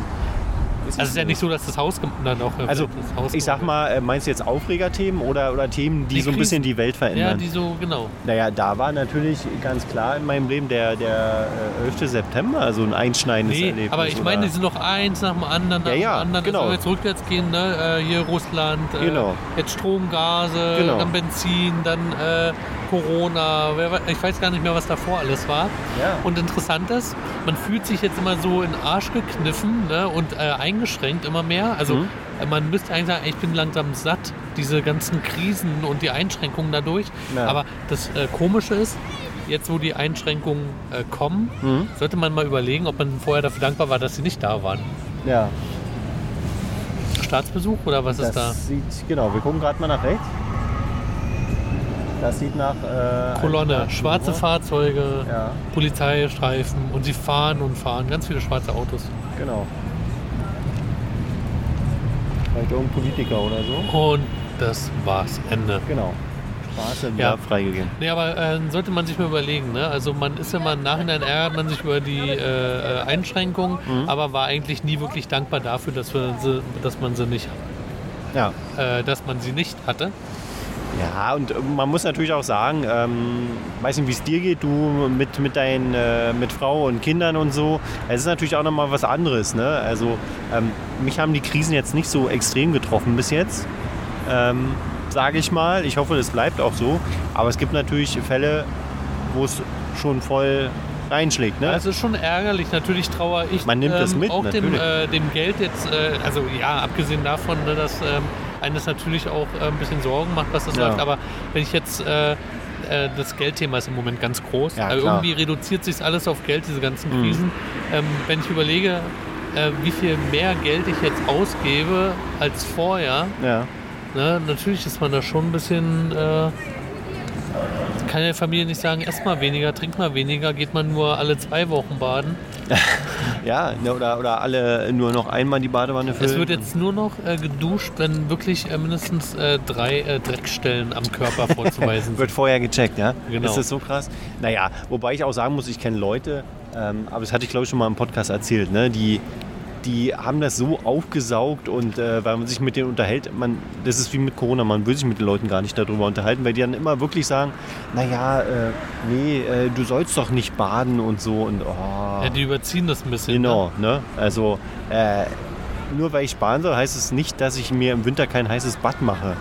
Speaker 2: Also es ist ja nicht so, dass das Haus gem- na doch, äh,
Speaker 1: Also,
Speaker 2: das Haus
Speaker 1: ich sag mal, äh, meinst du jetzt Aufregerthemen oder, oder Themen, die,
Speaker 2: Die
Speaker 1: so ein
Speaker 2: Krisen.
Speaker 1: bisschen die Welt
Speaker 2: Ja,
Speaker 1: verändern?
Speaker 2: die so, genau.
Speaker 1: naja, da war natürlich ganz klar in meinem Leben der, der äh, 11. September so ein einschneidendes
Speaker 2: Nee,
Speaker 1: Erlebnis.
Speaker 2: aber ich meine, die sind noch eins nach dem anderen, nach
Speaker 1: Ja, ja,
Speaker 2: dem anderen.
Speaker 1: genau.
Speaker 2: Also wenn wir jetzt rückwärts gehen, ne? äh, hier Russland, äh,
Speaker 1: Genau.
Speaker 2: jetzt Strom, Gase,
Speaker 1: Genau.
Speaker 2: dann Benzin, dann äh, Corona. Wer, wei- ich weiß gar nicht mehr, was davor alles war.
Speaker 1: Ja.
Speaker 2: Und interessant ist, man fühlt sich jetzt immer so in den Arsch gekniffen ne? und äh, eingeschränkt immer mehr. Also
Speaker 1: Mhm.
Speaker 2: äh, man müsste eigentlich sagen, ich bin langsam satt, diese ganzen Krisen und die Einschränkungen dadurch.
Speaker 1: Ja.
Speaker 2: Aber das äh, Komische ist, jetzt wo die Einschränkungen äh, kommen,
Speaker 1: Mhm.
Speaker 2: sollte man mal überlegen, ob man vorher dafür dankbar war, dass sie nicht da waren.
Speaker 1: ja.
Speaker 2: Staatsbesuch oder was
Speaker 1: Das
Speaker 2: ist da?
Speaker 1: sieht, genau, wir gucken gerade mal nach rechts. Das sieht nach. Äh,
Speaker 2: Kolonne,
Speaker 1: Eisenbahn-
Speaker 2: schwarze Fahrzeuge,
Speaker 1: Ja,
Speaker 2: Polizeistreifen und sie fahren und fahren, ganz viele schwarze Autos.
Speaker 1: genau. Vielleicht irgendein Politiker oder so.
Speaker 2: Und das war's, Ende.
Speaker 1: Genau. Straße wieder
Speaker 2: Ja.
Speaker 1: freigegeben.
Speaker 2: Nee, aber äh, sollte man sich mal überlegen, ne? Also man ist immer im Nachhinein ärgert man sich über die äh, äh, Einschränkungen, aber war eigentlich nie wirklich dankbar dafür, dass, wir sie, dass man sie nicht,
Speaker 1: Ja.
Speaker 2: äh, dass man sie nicht hatte.
Speaker 1: Ja, und man muss natürlich auch sagen, ähm, weiß nicht, wie es dir geht, du mit, mit deinen, äh, mit Frau und Kindern und so. Es ist natürlich auch nochmal was anderes, ne? Also, ähm, mich haben die Krisen jetzt nicht so extrem getroffen bis jetzt, ähm, sage ich mal. Ich hoffe, das bleibt auch so. Aber es gibt natürlich Fälle, wo es schon voll reinschlägt, ne?
Speaker 2: Also schon ärgerlich. Natürlich trauere ich
Speaker 1: Man nimmt das mit,
Speaker 2: auch dem,
Speaker 1: natürlich.
Speaker 2: äh, dem Geld jetzt, äh, also ja, abgesehen davon, ne, dass ähm, eines natürlich auch äh, ein bisschen Sorgen macht, was das
Speaker 1: Ja.
Speaker 2: läuft. Aber wenn ich jetzt äh, äh, das Geldthema ist im Moment ganz groß.
Speaker 1: Ja,
Speaker 2: also
Speaker 1: klar. Mhm.
Speaker 2: irgendwie reduziert sich alles auf Geld, diese ganzen Krisen. Ähm, wenn ich überlege, äh, wie viel mehr Geld ich jetzt ausgebe als vorher,
Speaker 1: ja.
Speaker 2: Ne, natürlich ist man da schon ein bisschen. Äh, kann der Familie nicht sagen, ess mal weniger, trink mal weniger, geht man nur alle zwei Wochen baden.
Speaker 1: Ja, ne, oder, oder alle nur noch einmal die Badewanne füllen.
Speaker 2: Es wird jetzt nur noch äh, geduscht, wenn wirklich äh, mindestens äh, drei äh, Dreckstellen am Körper vorzuweisen
Speaker 1: <laughs>
Speaker 2: sind.
Speaker 1: Wird vorher gecheckt, ja?
Speaker 2: Genau.
Speaker 1: Ist das so krass? Naja, wobei ich auch sagen muss, ich kenne Leute, ähm, aber das hatte ich glaube ich schon mal im Podcast erzählt, ne? die, die haben das so aufgesaugt und äh, weil man sich mit denen unterhält, man, das ist wie mit Corona, man will sich mit den Leuten gar nicht darüber unterhalten, weil die dann immer wirklich sagen, naja, äh, nee, äh, du sollst doch nicht baden und so und oh.
Speaker 2: Ja, die überziehen das ein bisschen.
Speaker 1: Genau, ne? Also äh, nur weil ich sparen soll, heißt es nicht, dass ich mir im Winter kein heißes Bad mache.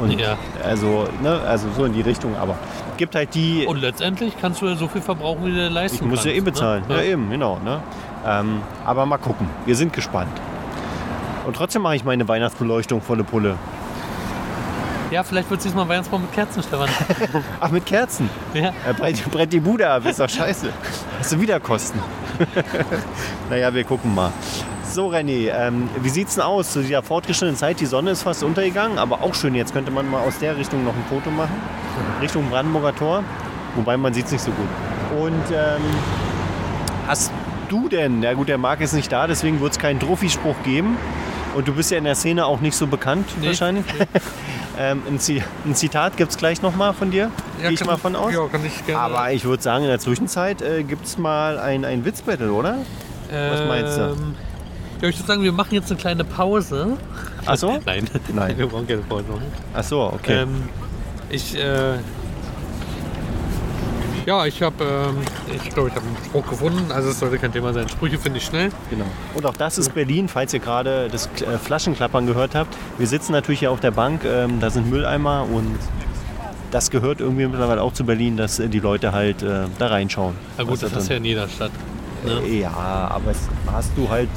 Speaker 1: Und
Speaker 2: Ja.
Speaker 1: also, ne, also so in die Richtung, aber gibt halt die.
Speaker 2: Ne? Und letztendlich kannst du ja so viel verbrauchen, wie du leisten
Speaker 1: ich muss
Speaker 2: kannst.
Speaker 1: ja eh bezahlen.
Speaker 2: Ne?
Speaker 1: Ja, eben, genau. Ne? Ähm, aber mal gucken. Wir sind gespannt. Und trotzdem mache ich meine Weihnachtsbeleuchtung volle Pulle.
Speaker 2: ja, vielleicht wird es diesmal Weihnachtsbaum mit
Speaker 1: <laughs>
Speaker 2: Kerzen, Stefan.
Speaker 1: Ach, mit Kerzen.
Speaker 2: ja.
Speaker 1: Äh, brennt, brennt die Bude ab, ist doch scheiße. Hast du wieder Kosten? <laughs> naja, wir gucken mal. So, René, ähm, wie sieht's denn aus zu dieser fortgeschrittenen Zeit? Die Sonne ist fast untergegangen, aber auch schön. Jetzt könnte man mal aus der Richtung noch ein Foto machen. Richtung Brandenburger Tor. Wobei man sieht's nicht so gut. Und ähm, hast du denn, na gut, der Marc ist nicht da, deswegen wird's keinen Trophyspruch geben. Und du bist ja in der Szene auch nicht so bekannt
Speaker 2: Nee.
Speaker 1: wahrscheinlich. <laughs> ähm, ein, Zi- ein Zitat gibt's gleich nochmal von dir. Gehe ich mal von aus.
Speaker 2: Ja, kann ich gerne.
Speaker 1: Aber ich würde sagen, in der Zwischenzeit äh, gibt es mal ein, ein Witzbattle, oder? was meinst du?
Speaker 2: Ähm, Ja, ich würde sagen, wir machen jetzt eine kleine Pause.
Speaker 1: Ach so?
Speaker 2: Nein,
Speaker 1: Nein.
Speaker 2: wir brauchen keine Pause machen.
Speaker 1: Ach so, okay.
Speaker 2: Ähm, ich, äh, ja, ich habe, ähm, ich glaube, ich habe einen Spruch gefunden. Also es sollte kein Thema sein. Sprüche finde ich schnell.
Speaker 1: genau. Und auch das ist Berlin, falls ihr gerade das äh, Flaschenklappern gehört habt. Wir sitzen natürlich hier auf der Bank, ähm, da sind Mülleimer und das gehört irgendwie mittlerweile auch zu Berlin, dass äh, die Leute halt äh, da reinschauen.
Speaker 2: Na gut, das hast du ne? ja in jeder Stadt.
Speaker 1: ja. Ja, aber es hast du halt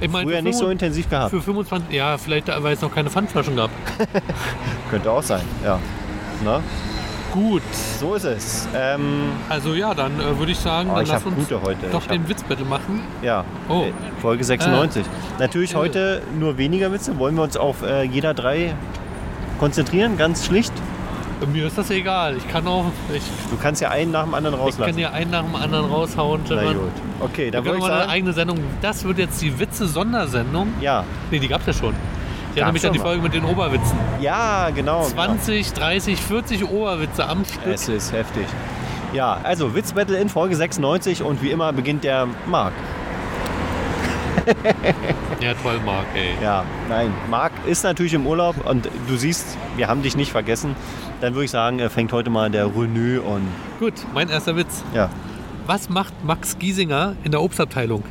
Speaker 2: Ich meine,
Speaker 1: früher
Speaker 2: für
Speaker 1: nicht so
Speaker 2: 25
Speaker 1: intensiv gehabt.
Speaker 2: Für 25, ja, vielleicht, weil es noch keine Pfandflaschen gab.
Speaker 1: Könnte auch sein, ja. Na,
Speaker 2: Gut,
Speaker 1: so ist es. Ähm,
Speaker 2: also ja, dann äh, würde ich sagen,
Speaker 1: Oh,
Speaker 2: dann
Speaker 1: ich
Speaker 2: lass
Speaker 1: hab
Speaker 2: uns
Speaker 1: gute heute.
Speaker 2: doch
Speaker 1: Ich hab-
Speaker 2: den Witzbattle machen.
Speaker 1: Ja,
Speaker 2: Oh.
Speaker 1: äh, Folge 96. Natürlich
Speaker 2: Äh.
Speaker 1: heute nur weniger Witze. Wollen wir uns auf äh, jeder drei konzentrieren, ganz schlicht.
Speaker 2: Äh, Mir ist das egal. Ich kann auch, ich,
Speaker 1: Du kannst ja einen nach dem anderen
Speaker 2: ich kann
Speaker 1: rauslassen.
Speaker 2: ja einen nach dem anderen raushauen.
Speaker 1: Na
Speaker 2: Stefan.
Speaker 1: gut. Okay, dann
Speaker 2: Wir
Speaker 1: würde
Speaker 2: können
Speaker 1: ich
Speaker 2: mal eine
Speaker 1: sagen,
Speaker 2: eigene Sendung. Das wird jetzt die Witze-Sondersendung.
Speaker 1: ja.
Speaker 2: Ne, die gab's ja schon. Ich erinnere mich
Speaker 1: schon
Speaker 2: an die
Speaker 1: mal.
Speaker 2: Folge mit den Oberwitzen.
Speaker 1: Ja, genau.
Speaker 2: 20, 30, 40 Oberwitze am
Speaker 1: Genau.
Speaker 2: Stück.
Speaker 1: Es ist heftig. Ja, also Witzbattle in Folge 96 und wie immer beginnt der Marc.
Speaker 2: Ja, toll, Marc, ey.
Speaker 1: Ja, nein. Marc ist natürlich im Urlaub und du siehst, wir haben dich nicht vergessen. Dann würde ich sagen, äh, fängt heute mal der René an.
Speaker 2: Gut, mein erster Witz.
Speaker 1: Ja.
Speaker 2: Was macht Max Giesinger in der Obstabteilung?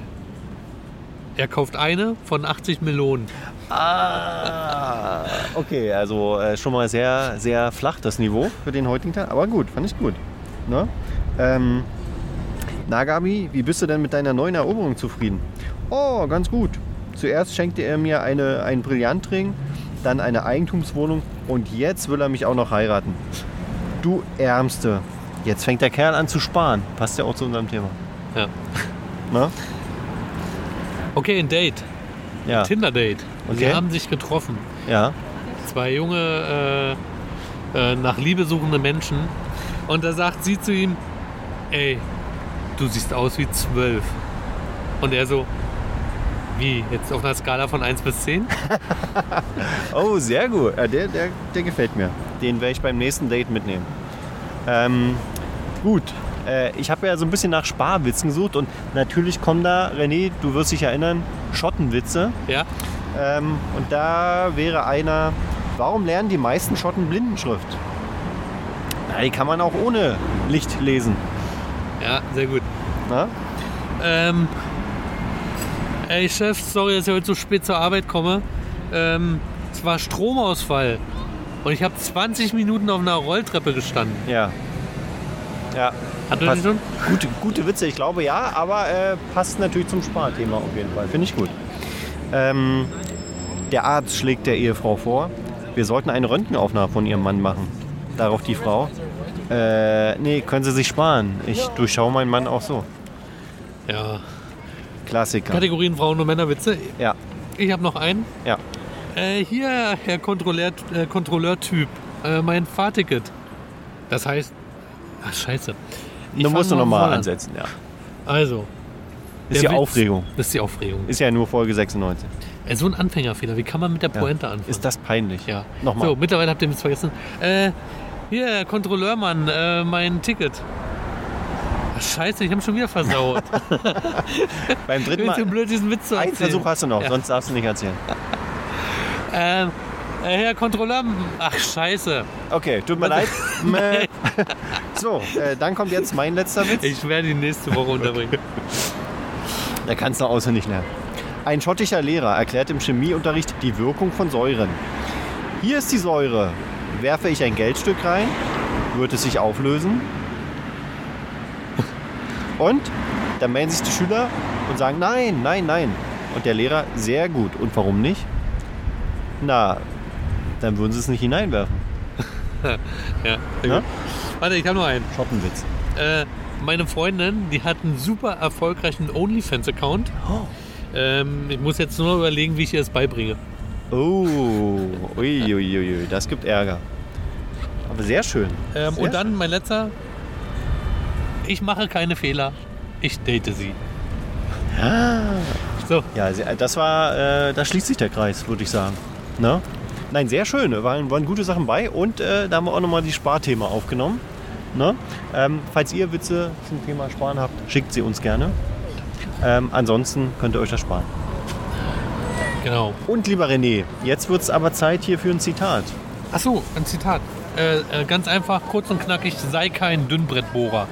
Speaker 2: Er kauft eine von 80 Melonen.
Speaker 1: Ah, okay, also äh, schon mal sehr, sehr flach das Niveau für den heutigen Tag. Aber gut, fand ich gut. Ne? Ähm, na, Gabi, wie bist du denn mit deiner neuen Eroberung zufrieden? Oh, ganz gut. Zuerst schenkte er mir eine, einen Brillantring, dann eine Eigentumswohnung und jetzt will er mich auch noch heiraten. Du Ärmste. Jetzt fängt der Kerl an zu sparen. Passt ja auch zu unserem Thema.
Speaker 2: Ja.
Speaker 1: Ne?
Speaker 2: Okay, ein Date.
Speaker 1: Ja.
Speaker 2: Tinder-Date.
Speaker 1: Okay.
Speaker 2: Sie haben sich getroffen.
Speaker 1: Ja.
Speaker 2: zwei junge, äh, äh, nach Liebe suchende Menschen. Und da sagt sie zu ihm, ey, du siehst aus wie zwölf. Und er so, wie, jetzt auf einer Skala von 1 bis 10?
Speaker 1: Oh, sehr gut. Ja, der, der, der gefällt mir. Den werde ich beim nächsten Date mitnehmen. Ähm, gut. Äh, ich habe ja so ein bisschen nach Sparwitzen gesucht und natürlich kommen da, René, du wirst dich erinnern, Schottenwitze.
Speaker 2: Ja,
Speaker 1: Ähm, und da wäre einer, warum lernen die meisten Schotten Blindenschrift? Ja, die kann man auch ohne Licht lesen. ne?
Speaker 2: Ja, sehr gut.
Speaker 1: Na?
Speaker 2: Ähm, ey Chef, sorry, dass ich heute so spät zur Arbeit komme. Ähm, es war Stromausfall und ich habe 20 Minuten auf einer Rolltreppe gestanden.
Speaker 1: Ja. Ja.
Speaker 2: Hat das
Speaker 1: passt.
Speaker 2: schon?
Speaker 1: Gute, gute Witze, ich glaube ja, aber äh, passt natürlich zum Sparthema auf jeden Fall. Finde ich gut. Ähm, der Arzt schlägt der Ehefrau vor, wir sollten eine Röntgenaufnahme von ihrem Mann machen. Darauf die Frau. Äh, nee, können Sie sich sparen. Ich durchschaue meinen Mann auch so.
Speaker 2: Ja.
Speaker 1: Klassiker.
Speaker 2: Kategorien Frauen- und Männerwitze.
Speaker 1: Ja,
Speaker 2: Ich habe noch einen.
Speaker 1: ja.
Speaker 2: Äh, hier, Herr Kontrolleur, äh, Kontrolleurtyp, äh, mein Fahrticket. Das heißt. Ach, scheiße. Ich
Speaker 1: Du
Speaker 2: fang
Speaker 1: musst du
Speaker 2: mal von
Speaker 1: nochmal
Speaker 2: vorne an.
Speaker 1: ansetzen, ja.
Speaker 2: Also.
Speaker 1: Ist
Speaker 2: der
Speaker 1: die
Speaker 2: Witz-
Speaker 1: Aufregung.
Speaker 2: Das ist die Aufregung.
Speaker 1: Ist ja nur Folge 96.
Speaker 2: Äh, so ein Anfängerfehler. Wie kann man mit der
Speaker 1: Ja.
Speaker 2: Pointe anfangen?
Speaker 1: Ist das peinlich?
Speaker 2: ja.
Speaker 1: Nochmal.
Speaker 2: So, mittlerweile habt ihr mich vergessen. Äh, hier, Herr Kontrolleurmann, äh, mein Ticket. Ach, scheiße, ich habe schon
Speaker 1: <laughs>
Speaker 2: wieder versaut.
Speaker 1: Beim dritten
Speaker 2: ich bin zu
Speaker 1: Mal.
Speaker 2: blöd, diesen Witz zu
Speaker 1: Einen
Speaker 2: erzählen.
Speaker 1: Versuch hast du noch,
Speaker 2: Ja.
Speaker 1: sonst darfst du nicht erzählen.
Speaker 2: Ähm, äh, Herr Kontrolleur, ach, scheiße.
Speaker 1: Okay, tut mir leid. Mäh. so, äh, dann kommt jetzt mein letzter Witz.
Speaker 2: Ich werde ihn nächste
Speaker 1: <laughs>
Speaker 2: Woche unterbringen.
Speaker 1: Da kannst du auswendig lernen. Ein schottischer Lehrer erklärt im Chemieunterricht die Wirkung von Säuren. Hier ist die Säure. Werfe ich ein Geldstück rein, wird es sich auflösen. Und dann melden sich die Schüler und sagen, nein, nein, nein. Und der Lehrer, sehr gut. Und warum nicht? Na, dann würden sie es nicht hineinwerfen.
Speaker 2: Ja, sehr
Speaker 1: Ne?
Speaker 2: gut. Warte, ich habe noch einen.
Speaker 1: Schottenwitz.
Speaker 2: Äh, meine Freundin, die hat einen super erfolgreichen OnlyFans-Account.
Speaker 1: Oh.
Speaker 2: Ähm, ich muss jetzt nur überlegen, wie ich ihr das beibringe.
Speaker 1: Oh, uiuiui, das gibt Ärger. Aber sehr schön.
Speaker 2: Ähm,
Speaker 1: Sehr
Speaker 2: und dann mein letzter. Ich mache keine Fehler. Ich date sie.
Speaker 1: schön. Ah.
Speaker 2: So,
Speaker 1: Ja, sehr- das war, äh, da schließt sich der Kreis, würde ich sagen. Ne? Nein, sehr schön, waren, waren gute Sachen bei und äh, da haben wir auch nochmal die Sparthema aufgenommen. Ne? Ähm, falls ihr Witze zum Thema Sparen habt, schickt sie uns gerne. Ähm, ansonsten könnt ihr euch das sparen.
Speaker 2: genau.
Speaker 1: Und lieber René, jetzt wird es aber Zeit hier für ein Zitat.
Speaker 2: Achso, ein Zitat. Äh, äh, ganz einfach, kurz und knackig, sei kein Dünnbrettbohrer.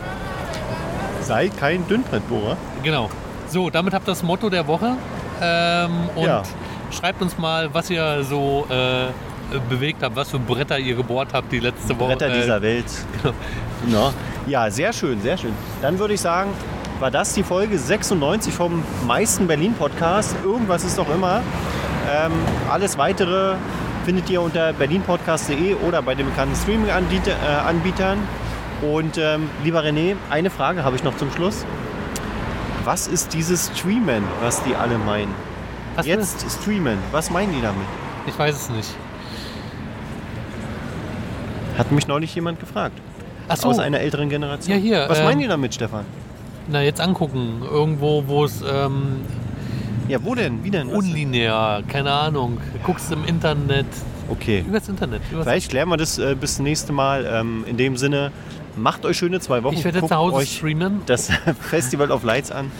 Speaker 1: Sei kein Dünnbrettbohrer.
Speaker 2: Genau. So, damit habt ihr das Motto der Woche. Ähm, und
Speaker 1: Ja.
Speaker 2: schreibt uns mal, was ihr so äh, äh, bewegt habt, was für Bretter ihr gebohrt habt die letzte Woche.
Speaker 1: Retter
Speaker 2: äh,
Speaker 1: dieser Welt. <laughs> Na, ja, sehr schön, sehr schön. Dann würde ich sagen, war das die Folge 96 vom meisten Berlin Podcast. Irgendwas ist doch immer. Ähm, alles weitere findet ihr unter berlinpodcast.de oder bei den bekannten Streaming-Anbietern. Und ähm, lieber René, eine Frage habe ich noch zum Schluss. Was ist dieses Streamen, was die alle meinen?
Speaker 2: hast du
Speaker 1: Jetzt streamen, was meinen die damit?
Speaker 2: das? Ich weiß es nicht.
Speaker 1: Hat mich neulich jemand gefragt.
Speaker 2: Achso,
Speaker 1: Aus einer älteren Generation.
Speaker 2: Oh. Ja, hier,
Speaker 1: Was
Speaker 2: ähm,
Speaker 1: meinen die damit, Stefan?
Speaker 2: na jetzt angucken. Irgendwo, wo es ähm,
Speaker 1: Ja, wo denn? Wie denn? Was-
Speaker 2: unlinear, keine Ahnung. Guckst im Internet.
Speaker 1: Okay.
Speaker 2: Übers Internet. Übers
Speaker 1: Vielleicht klären wir das äh, bis zum nächsten Mal. Ähm, in dem Sinne, macht euch schöne zwei Wochen.
Speaker 2: ich werde jetzt
Speaker 1: Guckt
Speaker 2: zu Hause
Speaker 1: euch
Speaker 2: streamen
Speaker 1: das <laughs> Festival of Lights an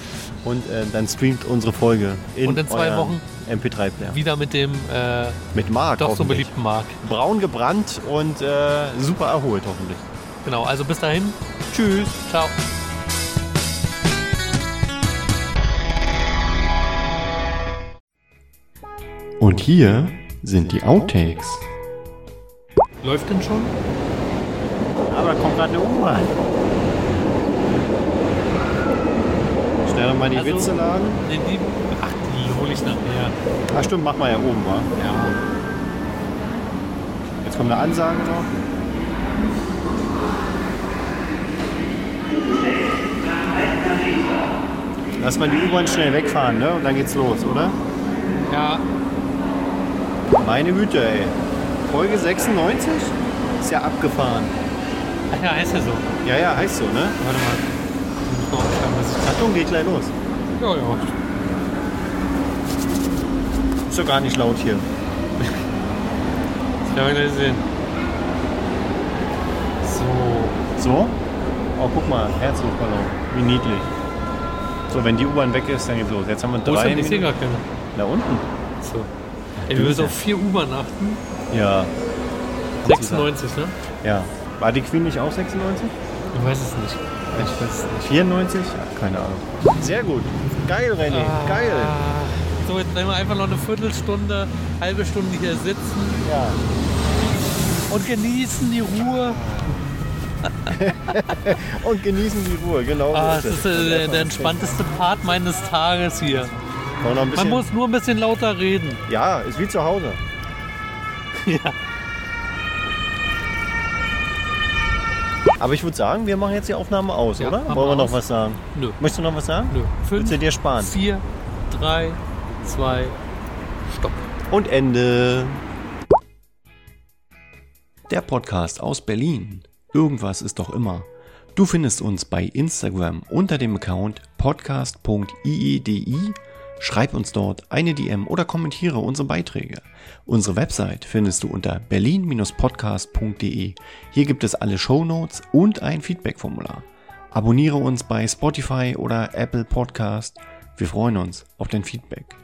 Speaker 1: und äh, dann streamt unsere Folge in,
Speaker 2: Und in zwei
Speaker 1: euren
Speaker 2: Wochen?
Speaker 1: MP3-Player.
Speaker 2: wieder mit dem äh,
Speaker 1: Mit Marc
Speaker 2: doch so
Speaker 1: hoffentlich.
Speaker 2: beliebten Marc.
Speaker 1: Braun gebrannt und äh, super erholt hoffentlich.
Speaker 2: Genau, also bis dahin.
Speaker 1: Tschüss.
Speaker 2: Ciao.
Speaker 1: Und hier sind die Outtakes.
Speaker 2: Läuft denn schon?
Speaker 1: Aber da kommt gerade eine U-Bahn. Schnell mal die
Speaker 2: Also-
Speaker 1: Witze laden.
Speaker 2: Nee, die, ach, die hole ich nachher.
Speaker 1: Ach stimmt, mach mal ja oben, wa?
Speaker 2: Ja.
Speaker 1: Jetzt kommt eine Ansage noch. Lass mal die U-Bahn schnell wegfahren, ne? Und dann geht's los, oder?
Speaker 2: Ja.
Speaker 1: Meine Güte, ey. Folge 96? Ist ja abgefahren.
Speaker 2: Ach ja, ist ja so.
Speaker 1: Ja, ja, heißt so, ne?
Speaker 2: Warte mal. Ich muss noch aufschreiben, was ich
Speaker 1: Achtung, geht gleich los.
Speaker 2: Ja, ja.
Speaker 1: Ist doch gar nicht laut hier.
Speaker 2: Das werden wir gleich sehen. So.
Speaker 1: So? Oh, guck mal, Herzluftballon. Wie niedlich. So, wenn die U-Bahn weg ist, dann geht's los. Jetzt haben wir
Speaker 2: Wo ist
Speaker 1: drei.
Speaker 2: denn? Ich sehe
Speaker 1: Minuten-
Speaker 2: gar keine.
Speaker 1: Da unten?
Speaker 2: So. Ey, wir müssen auf 4 U-Bahn achten.
Speaker 1: Ja.
Speaker 2: 96, ne?
Speaker 1: Ja.
Speaker 3: War die Queen nicht auch 96?
Speaker 2: Ich weiß es nicht. Ich weiß es nicht.
Speaker 3: 94? Ja, keine Ahnung. Sehr gut. Geil, René. Geil.
Speaker 2: Ah, So, jetzt bleiben wir einfach noch eine Viertelstunde, halbe Stunde hier sitzen
Speaker 3: Ja.
Speaker 2: und genießen die Ruhe.
Speaker 3: Und genießen die Ruhe, genau. so
Speaker 2: Ah, es ist
Speaker 3: es.
Speaker 2: äh,
Speaker 3: Und
Speaker 2: der,
Speaker 3: einfach
Speaker 2: der
Speaker 3: ins Bett.
Speaker 2: entspannteste Part meines Tages hier.
Speaker 3: Kann man noch ein
Speaker 2: Man
Speaker 3: bisschen,
Speaker 2: muss nur ein bisschen lauter reden.
Speaker 3: ja, ist wie zu Hause.
Speaker 2: <laughs> Ja.
Speaker 3: Aber ich würde sagen, wir machen jetzt die Aufnahme aus,
Speaker 2: Ja,
Speaker 3: oder?
Speaker 2: machen
Speaker 3: Wollen wir
Speaker 2: wir
Speaker 3: noch
Speaker 2: aus.
Speaker 3: was sagen?
Speaker 2: Nö.
Speaker 3: Möchtest du noch was sagen?
Speaker 2: Nö.
Speaker 3: Willst du
Speaker 2: Fünf,
Speaker 3: dir sparen?
Speaker 2: vier, drei, zwei, stopp.
Speaker 3: Und Ende. Der Podcast aus Berlin. Irgendwas ist doch immer. Du findest uns bei Instagram unter dem Account podcast.iedi. Schreib uns dort eine DM oder kommentiere unsere Beiträge. Unsere Website findest du unter berlin-podcast.de. Hier gibt es alle Shownotes und ein Feedbackformular. Abonniere uns bei Spotify oder Apple Podcast. Wir freuen uns auf dein Feedback.